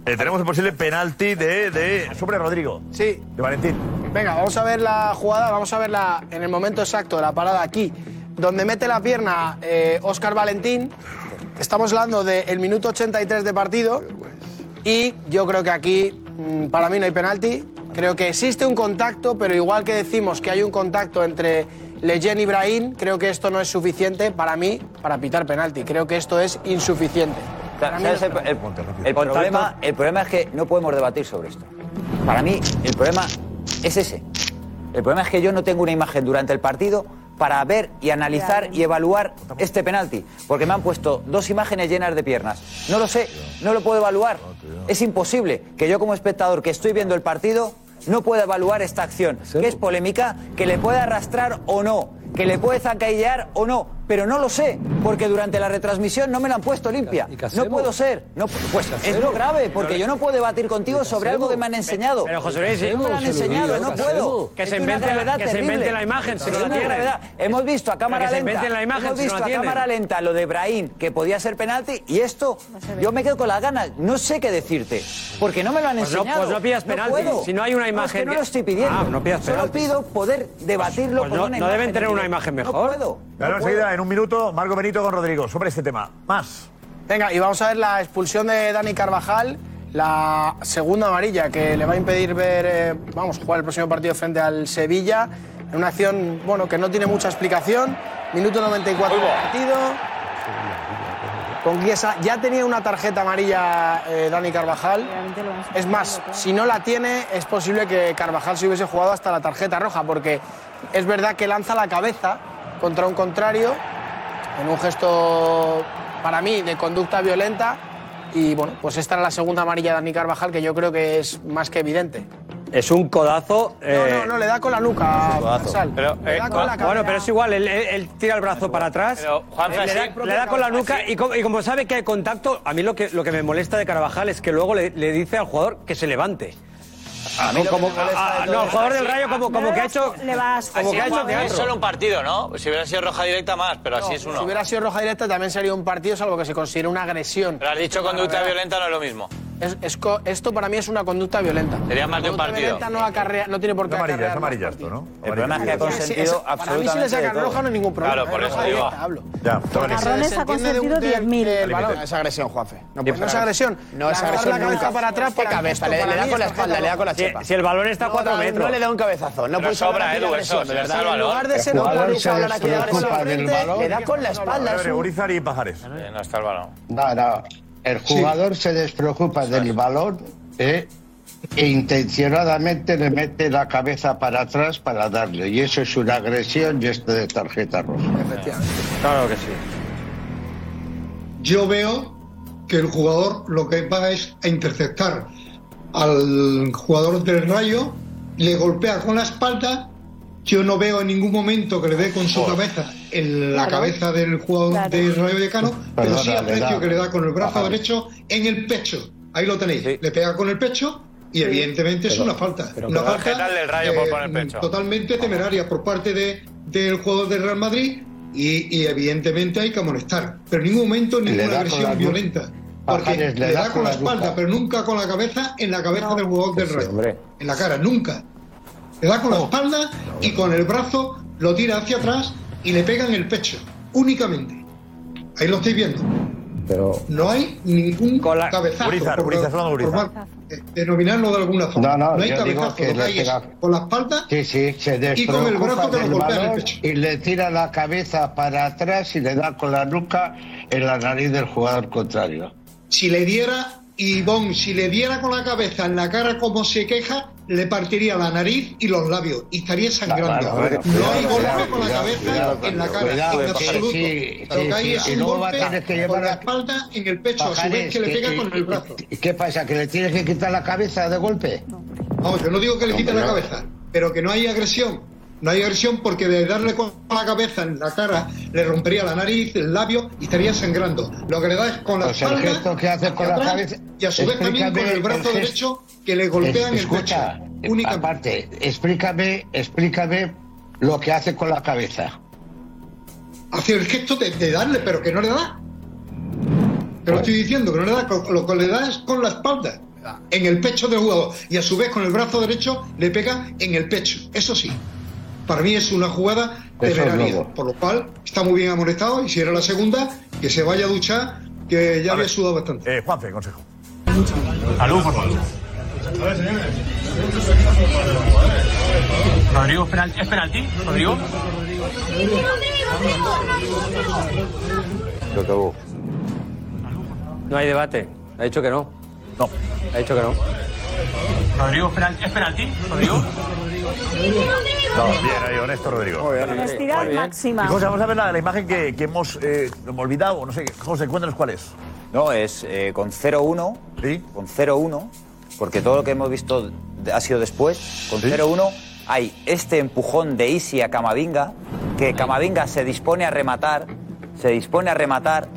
S1: Eh, tenemos el posible penalti de, de sobre Rodrigo.
S10: Sí.
S1: De Valentín.
S10: Venga, vamos a ver la jugada, vamos a verla en el momento exacto de la parada aquí, donde mete la pierna Oscar Valentín. Estamos hablando del minuto 83 de partido y yo creo que aquí mm, para mí no hay penalti. Creo que existe un contacto, pero igual que decimos que hay un contacto entre Leyen y Brahim, creo que esto no es suficiente para mí para pitar penalti. Creo que esto es insuficiente. Para mí no
S14: ¿Sabes?
S10: es
S14: El, el- el problema, el problema es que no podemos debatir sobre esto. Para mí, el problema es ese. El problema es que yo no tengo una imagen durante el partido para ver y analizar y evaluar este penalti. Porque me han puesto dos imágenes llenas de piernas. No lo sé, no lo puedo evaluar. Es imposible que yo como espectador que estoy viendo el partido no pueda evaluar esta acción, que es polémica, que le puede arrastrar o no, que le puede zancadillear o no, pero no lo sé, porque durante la retransmisión no me la han puesto limpia. No puedo ser. No, pu- pues es lo grave, porque yo no puedo debatir contigo sobre algo que me han enseñado.
S15: Pero, José Luis,
S14: no me la
S15: José
S14: han
S15: Luis,
S14: enseñado,
S15: ¿qué
S14: no
S15: hacemos?
S14: puedo.
S15: Que se
S14: Es de una
S15: inventen la-
S14: gravedad
S15: que se
S14: terrible.
S15: inventen la imagen, si no
S14: Es
S15: la
S14: de una
S15: tienen.
S14: gravedad. Hemos visto a cámara
S15: que se
S14: lenta.
S15: inventen la imagen,
S14: hemos
S15: si no
S14: visto
S15: la
S14: a
S15: tienen.
S14: cámara lenta lo de Ibrahim, que podía ser penalti, y esto, yo me quedo con las ganas. No sé qué decirte, porque no me lo han
S15: Pues no-
S14: enseñado.
S15: pues no pidas penalti,
S14: puedo.
S15: si no hay una
S14: es
S15: imagen
S14: que no
S15: que-
S14: lo estoy pidiendo.
S15: Ah, no pidas
S14: Solo
S15: penalti.
S14: pido poder debatirlo
S15: Pues
S14: con
S15: no-
S14: una
S15: no deben
S14: imagen
S15: tener una
S14: directa.
S15: imagen
S14: No
S15: mejor.
S14: puedo.
S1: Claro, enseguida, en un minuto, Marco Benito con Rodrigo. Sobre este tema. Más.
S10: Venga, y vamos a ver la expulsión de Dani Carvajal, la segunda amarilla que le va a impedir ver, eh, vamos, jugar el próximo partido frente al Sevilla, en una acción, bueno, que no tiene mucha explicación. Minuto 94 del partido. Con Chiesa ya tenía una tarjeta amarilla eh, Dani Carvajal. Es más, si no la tiene, es posible que Carvajal se hubiese jugado hasta la tarjeta roja, porque es verdad que lanza la cabeza contra un contrario en un gesto para mí de conducta violenta. Y bueno, pues esta era la segunda amarilla de Dani Carvajal, que yo creo que es más que evidente.
S15: Es un codazo.
S10: No,
S15: eh,
S10: no, no, le da con la nuca. Sal.
S15: Pero,
S10: Le
S15: eh,
S10: da con
S15: Juan-
S10: la
S15: bueno,
S10: cadera.
S15: pero es igual, él, él- él tira el brazo para atrás, eh,
S7: Pero, Juanfran,
S15: le,
S7: sí.
S15: da, le da con la nuca y como, y como sabe que hay contacto, a mí lo que, lo que me molesta de Carvajal es que luego le, le dice al jugador que se levante.
S14: A mí lo que
S15: como,
S14: me molesta
S15: ah,
S14: de todo
S15: no, el jugador
S14: esto-
S15: del Rayo como, como que ha hecho... Como
S7: Así
S15: que ha hecho
S7: es
S15: teatro.
S7: solo un partido, ¿no? Si hubiera sido roja directa más, pero así
S10: No,
S7: es uno.
S10: Si hubiera sido roja directa también sería un partido, salvo que se considere una agresión.
S7: Pero has dicho conducta violenta no es lo mismo.
S10: Es- es co- esto para mí es una conducta violenta.
S7: Sería más de un
S10: Conducta
S7: partido.
S10: violenta no, acarrea- no tiene por qué
S1: Amarilla, es
S10: acarrear más.
S1: amarilla esto, ¿no?
S14: El problema es que ha
S10: Sí, sí,
S14: consentido
S10: es- Para mí si le
S14: absolutamente
S10: sacan
S14: de todo.
S10: roja no hay ningún problema.
S14: Claro, por
S10: ¿eh?
S14: eso
S10: Roja
S14: digo.
S10: directa, hablo.
S1: Ya,
S10: Porque se desentiende de un- del- del balón.
S17: Es agresión, Juanfe. No,
S10: Pues no es agresión.
S17: No es
S10: Lanzar
S17: agresión.
S10: la cabeza
S17: nunca.
S10: para atrás,
S17: ¿Qué
S10: para
S17: cabeza?
S10: esto,
S17: Le, le
S10: para
S17: da
S10: mí
S17: con la
S10: es
S17: espalda, le da con la
S10: Si-
S17: chepa.
S10: si el balón está a
S17: No,
S10: cuatro
S17: no,
S10: metros.
S17: No le da un cabezazo. No
S10: Pero
S17: puede
S10: sobra,
S17: ser
S10: Edu, eso,
S17: agresión, de
S10: se
S17: verdad.
S10: da el balón. En lugar de ser
S17: El jugador
S10: otra lucha,
S17: se
S10: hablar aquí de agresión
S17: despreocupa
S10: al
S17: del
S10: frente,
S17: balón.
S10: Le da con la espalda.
S1: A
S10: es
S1: ver,
S10: un-
S1: Urizar y Pajares.
S15: Eh,
S7: No está el balón.
S12: No, no. El jugador se despreocupa del balón ¿eh? e intencionadamente le mete la cabeza para atrás para darle. Y eso es una agresión y esto de tarjeta roja.
S15: Claro que sí.
S9: Yo veo que el jugador lo que va es a interceptar al jugador del rayo, le golpea con la espalda. Yo no veo en ningún momento que le dé con su cabeza en la
S12: Claro.
S9: cabeza del jugador
S12: Claro.
S9: del Rayo Decano, pero
S12: Pues Perdona,
S9: sí
S12: le
S9: aprecio
S12: da.
S9: que le da con el brazo
S12: Ajá.
S9: derecho en el pecho. Ahí lo tenéis. Le pega con el pecho Y evidentemente es
S22: Pero-
S9: una falta.
S22: pero
S9: una
S22: con la
S9: falta
S22: jeta del Rayo por poner pecho.
S9: Totalmente temeraria por parte de, del jugador del Real Madrid y, y evidentemente hay que amonestar. Pero en ningún momento
S12: Le da
S9: ninguna
S12: con la
S9: agresión
S12: luz.
S9: violenta. Porque
S12: Pajares,
S9: le, da con la espalda, pero nunca con la cabeza en la cabeza del jugador del Rayo. En la cara, nunca. Le da con
S12: Oh.
S9: la espalda y con el brazo lo tira hacia atrás y le pega en el pecho. Únicamente. Ahí lo estáis viendo.
S11: Pero
S9: No hay ningún cabezazo.
S11: Urizar,
S9: por-
S11: Urizar, Fernando
S9: por
S11: Urizar.
S9: mal- eh, denominarlo de alguna forma.
S12: No, no,
S9: hay
S12: yo digo
S9: cabezazo.
S12: que
S9: lo que
S12: le
S9: hay es
S12: pega-
S9: con la espalda
S12: Sí, sí, se
S9: Y con el brazo
S12: despreocupa
S9: que lo golpea
S12: del
S9: en el
S12: balón
S9: pecho.
S12: y le tira la cabeza para atrás y le da con la nuca en la nariz del jugador contrario.
S9: si le diera, Ivón, si le diera con la cabeza en la cara como se queja, le partiría la nariz y los labios y estaría sangrando.
S12: Claro, bueno,
S9: no
S12: cuidado,
S9: hay golpe
S12: cuidado,
S9: con la
S12: cuidado,
S9: cabeza
S12: cuidado,
S9: en la cara,
S12: cuidado,
S9: en
S12: que
S9: absoluto.
S12: sí,
S9: Lo
S12: sí,
S9: que hay
S12: sí,
S9: es
S12: y
S9: un
S12: luego va a
S9: golpe
S12: tener que
S9: con
S12: llevar
S9: la
S12: a-
S9: espalda en el pecho, a su vez
S12: Pajares,
S9: que le
S12: que-
S9: pega
S12: y-
S9: con
S12: y-
S9: el brazo.
S12: ¿Y qué pasa? ¿Que le tienes que quitar la cabeza de golpe?
S9: Vamos, yo no digo que le
S12: No,
S9: quite
S12: hombre,
S9: la
S12: no.
S9: cabeza, pero que no hay agresión. No hay agresión porque de darle con la cabeza en la cara le rompería la nariz, el labio y estaría sangrando. Lo que le da es con la
S12: O sea, Pues el
S9: espalda
S12: gesto que hace con
S9: hacia
S12: la
S9: atrás
S12: cabeza-
S9: y a su vez también con
S12: explícame
S9: el brazo
S12: el gesto.
S9: derecho que le golpean
S12: Es-
S9: el pecho.
S12: escucha,
S9: Únicamente.
S12: Aparte, explícame, explícame lo que hace con la cabeza.
S9: Hace el gesto de, de darle, pero que no le da. Te lo estoy diciendo, que no le da. co- Lo que le da es con la espalda,
S12: Ah.
S9: en el pecho del jugador. Y a su vez con el brazo derecho le pega en el pecho. Eso sí. Para mí es una jugada
S12: Eso es
S9: temeraria.
S12: nuevo.
S9: por lo cual está muy bien amonestado. Y si era la segunda, que se vaya a duchar, que ya había sudado bastante.
S1: Eh, Juanfe, consejo.
S7: Rodrigo, ¿es penalti? ¿Es penalti? ¿Rodrigo?
S16: Se acabó.
S15: No hay debate. Ha dicho que no.
S1: No.
S15: Ha dicho que no.
S7: ¿Rodrigo, ¿es penalti? ¿Es penalti? ¿Rodrigo?
S1: No, bien ahí, honesto, Rodrigo.
S18: Honestidad
S1: Muy bien.
S18: máxima.
S1: Y José, vamos a ver la, la imagen que, que hemos eh, olvidado, no sé, José, cuéntanos cuál es.
S14: No, es eh, con 0-1. Con 0-1, porque todo lo que hemos visto de- ha sido después. Con 0-1 hay este empujón de Isi a Camavinga, que Camavinga se dispone a rematar, se dispone a rematar.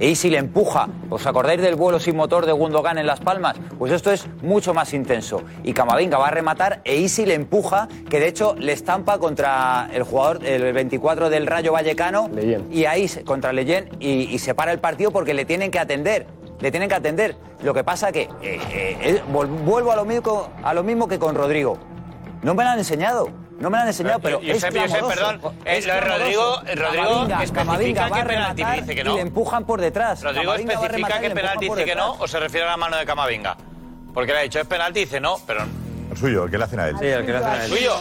S14: E Isi le empuja. ¿Os acordáis del vuelo sin motor de Gundogan en Las Palmas? Pues esto es mucho más intenso. Y Camavinga va a rematar e Isi le empuja, que de hecho le estampa contra el jugador, el 24 del Rayo Vallecano, y ahí se- contra Leyen y, y se para el partido porque le tienen que atender. Le tienen que atender. Lo que pasa que eh, eh, él- vol- vuelvo a lo mismo a lo mismo que con Rodrigo. No me lo han enseñado. No me lo han enseñado, pero
S7: Josep,
S14: es
S7: Eh, Josep,
S14: clamoroso.
S7: perdón. Eh,
S14: Es
S7: lo de
S14: clamoroso.
S7: Rodrigo- Rodrigo
S14: Camavinga,
S7: especifica
S14: Camavinga
S7: que
S14: va a
S7: penalti,
S14: rematar
S7: dice que
S14: y
S7: no.
S14: le empujan por detrás.
S7: ¿Rodrigo
S14: Camavinga va a
S7: especifica
S14: rematar y
S7: que
S14: le empujan
S7: penalti
S14: por
S7: dice que
S14: detrás.
S7: no o se refiere a la mano de Camavinga? Porque le ha dicho, ¿es penalti? Dice no, pero
S1: El suyo, el que le hacen a él.
S15: Sí, el que le hacen a él.
S7: Suyo.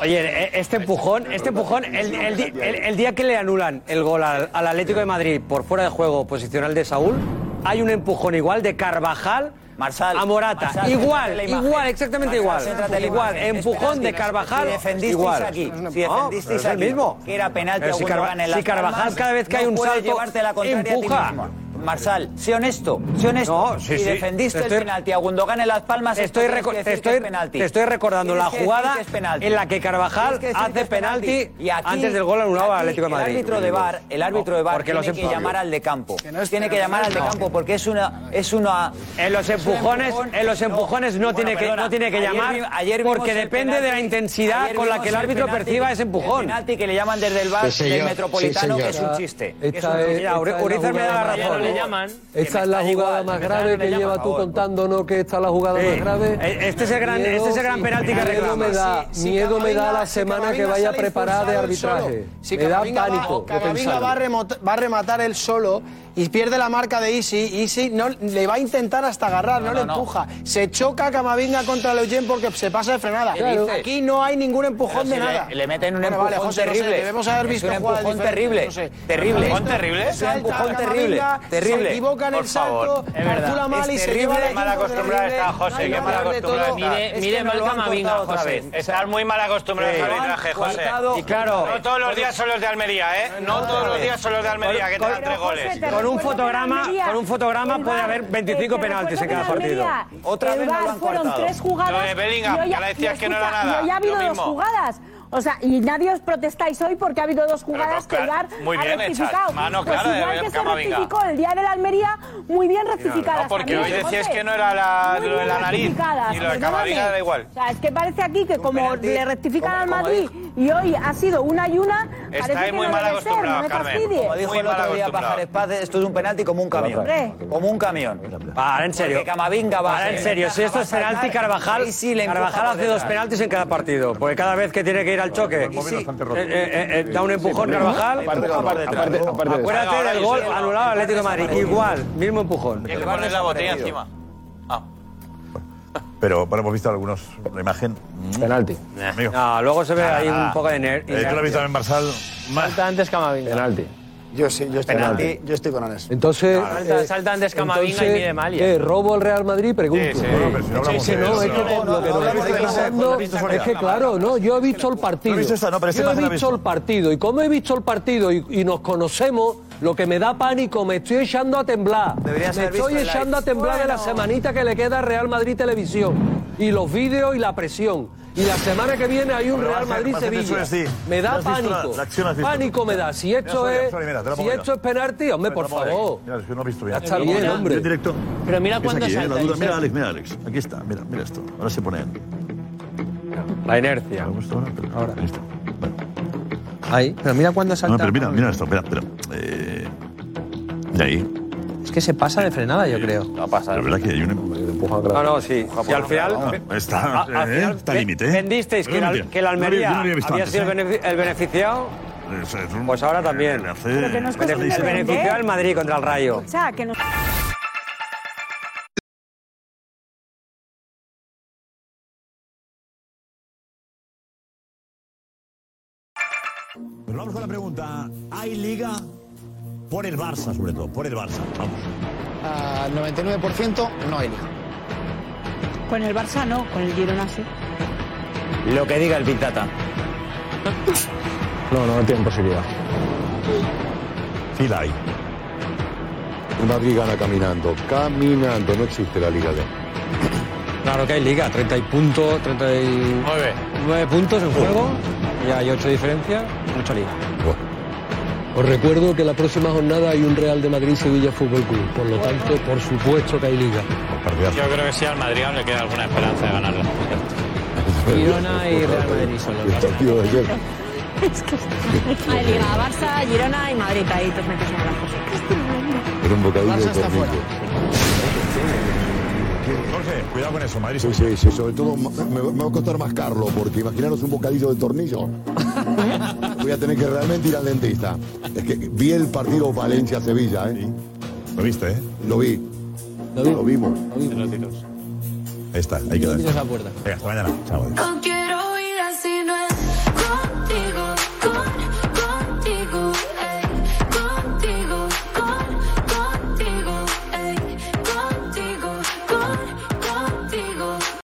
S15: Oye, e- este empujón, este empujón, el, el di- el- el día que le anulan el gol al, al Atlético de Madrid por fuera de juego posicional de Saúl, hay un empujón igual de Carvajal a Morata.
S14: Marsal,
S15: igual,
S14: céntrate la imagen.
S15: igual, exactamente
S14: Marsal,
S15: igual.
S14: céntrate la
S15: Igual,
S14: imagen.
S15: empujón de
S14: Espera, si-
S15: Carvajal.
S14: si defendisteis
S15: igual.
S14: aquí,
S15: No,
S14: si
S15: pero
S14: defendisteis
S15: es el
S14: aquí
S15: mismo.
S14: que era penalti
S15: Pero
S14: a
S15: si,
S14: Gundogan
S15: Carva-
S14: en Las
S15: si Carvajal
S14: Palmas,
S15: cada vez que hay
S14: no
S15: un
S14: puedes
S15: salto,
S14: llevarte la contraria a ti
S15: empuja.
S14: mismo. Marsal, sé honesto, sé honesto.
S15: No, sí,
S14: si
S15: sí.
S14: defendiste
S15: Te estoy-
S14: el penalti a Gundogan en Las Palmas,
S15: Te
S14: esto
S15: estoy,
S14: tienes
S15: reco-
S14: que
S15: te,
S14: decir que
S15: estoy,
S14: es penalti.
S15: te estoy recordando
S14: Tienes
S15: la
S14: que decir
S15: jugada
S14: que es penalti.
S15: en la que Carvajal
S14: Tienes que decir que
S15: hace
S14: es
S15: penalti
S14: Y aquí-
S15: antes del gol anulado al
S14: aquí
S15: Atlético de Madrid.
S14: El árbitro de VAR, el árbitro de VAR
S15: Porque
S14: tiene
S15: los
S14: que
S15: empujó.
S14: llamar al de campo.
S15: Que no es
S14: tiene que
S15: penalti.
S14: llamar al de
S15: No.
S14: campo porque es una es una
S15: En los empujones, en los empujones no, tiene que, no tiene que
S14: Ayer
S15: llamar
S14: vi- ayer vimos
S15: porque
S14: el
S15: depende
S14: penalti-
S15: de la intensidad
S14: ayer
S15: con la
S14: vimos
S15: que el árbitro
S14: penalti-
S15: perciba ese empujón.
S14: El penalti que le llaman desde el bar
S15: Sí,
S14: del
S15: señor.
S14: Metropolitano,
S15: Sí,
S14: que
S15: señor.
S14: es un chiste. que es
S15: Esta
S14: un
S15: es-
S14: chiste.
S15: esta es la ¿eh?
S14: Urizar me da la
S15: jugada-
S14: razón.
S5: Esta es la jugada más grave que llevas tú contando, ¿no? Que esta es la jugada
S15: Sí.
S5: más grave.
S15: E- este es el gran- este es el gran penalti que
S5: Miedo
S15: reclama.
S5: me da,
S15: Si- si
S5: miedo me da
S15: Camavinga-
S5: la
S15: si
S5: semana que
S15: Camavinga
S5: vaya
S15: sale
S5: preparada de
S15: impulsado él
S5: arbitraje.
S15: solo.
S10: Si
S5: me da
S10: Camavinga va-
S5: pánico. de
S10: Camavinga
S5: pensarlo.
S10: va a, remota- va a rematar él solo y pierde la marca de Isi. Isi no, le va a intentar hasta agarrar, no, le empuja. Se choca Camavinga contra Leoyen porque se pasa de frenada.
S14: ¿Qué dice?
S10: Aquí no hay ningún
S14: Pero
S10: empujón
S14: si
S10: de
S14: le-
S10: nada.
S14: Le, meten un
S10: Bueno,
S14: empujón
S10: vale, José, no sé,
S14: terrible.
S10: debemos haber
S14: Es
S10: visto
S14: un
S10: jugadas
S14: empujón
S10: diferentes,
S14: terrible.
S10: no sé.
S14: Terrible.
S10: ¿Empujón terrible?
S14: Es un
S10: Salta
S14: empujón
S10: Camavinga,
S14: terrible.
S10: se
S14: Terrible.
S10: equivoca en el
S14: Por favor.
S10: salto,
S14: Es verdad.
S10: calcula mal
S14: Es
S10: y se
S14: terrible,
S10: lleva la
S14: es mala
S10: equipo
S14: acostumbrada
S10: terrible.
S14: está, José,
S10: Ay,
S14: qué
S10: lo
S14: mala
S10: peor de
S14: acostumbrada
S10: todo
S14: está.
S10: es que
S7: Mire
S10: me
S7: mal
S10: lo han
S7: Camavinga
S10: cortado
S7: otra vez. Estar muy mal acostumbrado
S15: Sí.
S7: al arbitraje, José.
S15: Cortado. Y claro.
S7: No todos los días son los de Almería, ¿eh? No todos los días son los de Almería, que te dan tres goles.
S15: Con un fotograma, con un fotograma puede haber 25 penaltis en cada partido.
S4: Otra vez
S7: Lo de Bellingham, que ahora decías que no era nada.
S4: ya ha habido
S7: Lo
S4: dos
S7: mismo.
S4: jugadas. O sea, y nadie os protestáis hoy porque ha habido dos jugadas que
S7: Pero no,
S4: Ibar
S7: claro, muy
S4: ha
S7: bien
S4: rectificado.
S7: hechas. Mano
S4: pues
S7: clara de
S4: igual que se
S7: Camavinga.
S4: rectificó el día de la Almería, muy bien rectificada.
S7: No, Ah, porque hoy decías que no era la, lo de la nariz y lo de Camavinga da igual.
S4: O sea, es que parece aquí que como
S7: penalti,
S4: le rectifican al
S7: como
S4: Madrid y hoy ha sido una y una, parece
S14: Estáis
S4: que
S14: muy
S4: no
S14: mal
S4: debe ser, no me
S14: acostumbrados, Carmen.
S4: fastidies.
S14: Como dijo el otro día Pajar Espaz, esto es un penalti como un camión.
S4: Hombre.
S14: Como un camión. Para, en
S15: serio.
S14: Porque Camavinga va
S15: Ahora, en serio, si esto es penalti, Carvajal, Carvajal hace dos penaltis en cada partido. Porque cada vez que tiene que ir al choque, eh, eh, eh, da un empujón
S11: Sí,
S15: Carvajal.
S11: aparte- aparte- aparte- aparte de eso.
S15: Acuérdate del gol anulado al Atlético de Madrid. Igual, mismo empujón.
S7: Hay que poner la botella encima.
S1: Pero bueno, hemos visto algunos, la imagen.
S11: Penalti.
S1: No,
S15: luego se ve ahí un poco de ner-
S1: lo he visto en Marsal.
S8: Salta antes Camavinga.
S11: Penalti.
S17: Yo sí, yo estoy,
S5: Penalti.
S17: con- yo estoy con Anes.
S5: Entonces, eh,
S8: Salta- salta antes Camavinga y
S5: entonces,
S8: mide Malia.
S5: ¿qué? ¿Robo al Real Madrid? Pregunto.
S8: Sí, sí. Bueno, pero si no hablamos
S5: Sí, sí,
S8: de
S5: no,
S8: eso,
S5: es que
S8: no,
S5: con
S8: no,
S5: lo que
S8: no
S5: nos
S8: hablamos
S5: estáis
S8: de eso.
S5: contando
S8: Con la
S5: es que,
S8: vista
S5: claro, no, yo he visto el partido.
S1: No he visto esta, no, pero esta
S5: yo he
S1: imagen la he
S5: visto el partido. Y como he visto el partido y, y nos conocemos, lo que me da pánico, me estoy echando a temblar.
S14: Deberías
S5: me
S14: haber visto
S5: estoy
S14: el
S5: echando
S14: live.
S5: a temblar de la semanita que le queda a Real Madrid Televisión. Y los vídeos y la presión. Y la semana que viene hay un
S1: Pero
S5: Real
S1: Marcel, Marcel,
S5: Madrid-Sevilla.
S1: eso es, sí.
S5: Me da
S1: ¿Has visto la-
S5: pánico.
S1: la acción has visto?
S5: pánico me da. Si
S1: Mira,
S5: esto
S1: sorry,
S5: es,
S1: sorry, mira, te la
S5: si
S1: pongo yo.
S5: esto es penalti, hombre,
S1: Mira,
S5: por
S1: te la pongo ahí.
S5: favor.
S1: Mira, es que no he visto bien.
S5: Está bien,
S1: Mira,
S5: hombre.
S1: en directo.
S5: Pero mira
S1: Es
S5: cuándo
S1: aquí, eh,
S5: salta,
S1: la duda. Mira,
S5: Vicente.
S1: Alex, mira, Alex. Aquí está, mira, mira esto. Ahora se pone él.
S5: La inercia.
S1: Ahora. Listo.
S5: Ahí, pero mira cuándo
S1: No,
S5: salta.
S1: pero mira, mira esto, mira, mira. Eh, de ahí.
S5: Es que se pasa de frenada, yo creo.
S1: No pasa. La verdad que hay un empujón
S15: No, no, sí. Y al final.
S1: Ah, está,
S15: a- al
S1: eh,
S15: final
S1: está
S15: ve-
S1: límite, eh.
S15: Vendisteis que,
S1: Yo
S15: la-
S1: no lo había-
S15: que la
S1: yo no lo había-
S15: Almería
S1: yo no lo había visto
S15: había
S1: antes,
S15: sido
S1: eh.
S15: el benefi- el beneficiado. Pues ahora también.
S1: Pero que no es cuestión de
S15: Se
S17: ¿eh?
S15: benefició
S1: vender.
S15: el Madrid contra el Rayo.
S4: O sea, que no...
S1: Pero vamos con la pregunta. ¿Hay liga? Por el Barça, sobre todo, por el Barça. Vamos.
S17: Al 99% no hay liga.
S18: Con el Barça no, con el Girona sí.
S14: Lo que diga el Big Data.
S11: No, no, no tienen posibilidad.
S1: Sí la hay.
S20: El Madrid gana caminando, caminando, no existe la Liga D.
S6: Claro que hay liga, 30 y puntos, 39 puntos en juego, y hay 8 diferencias, mucha liga.
S5: Os recuerdo que la próxima jornada hay un Real de Madrid-Sevilla Fútbol Club. Por lo tanto, por supuesto que hay liga.
S7: Yo creo que sí, al Madrid aún le queda alguna esperanza de ganarla.
S18: Girona y Real Madrid solo.
S20: El partido de ayer.
S18: Es que Hay Liga, Barça, Girona y Madrid ahí, todos metidos en la
S20: Era un bocadillo Barça de está tornillo.
S1: Jorge, cuidado con eso, Madrid.
S20: Sí, sí, sí, sobre todo ma- me, me va a costar más Carlos, porque imaginaros un bocadillo de tornillo. Voy a tener que realmente ir al dentista. Es que vi el partido Valencia-Sevilla, ¿eh?
S1: Lo viste, ¿eh?
S20: Lo vi. Lo vimos.
S1: Ahí está, ahí queda.
S20: Mira
S1: Venga, hasta mañana. Chao.
S18: Con que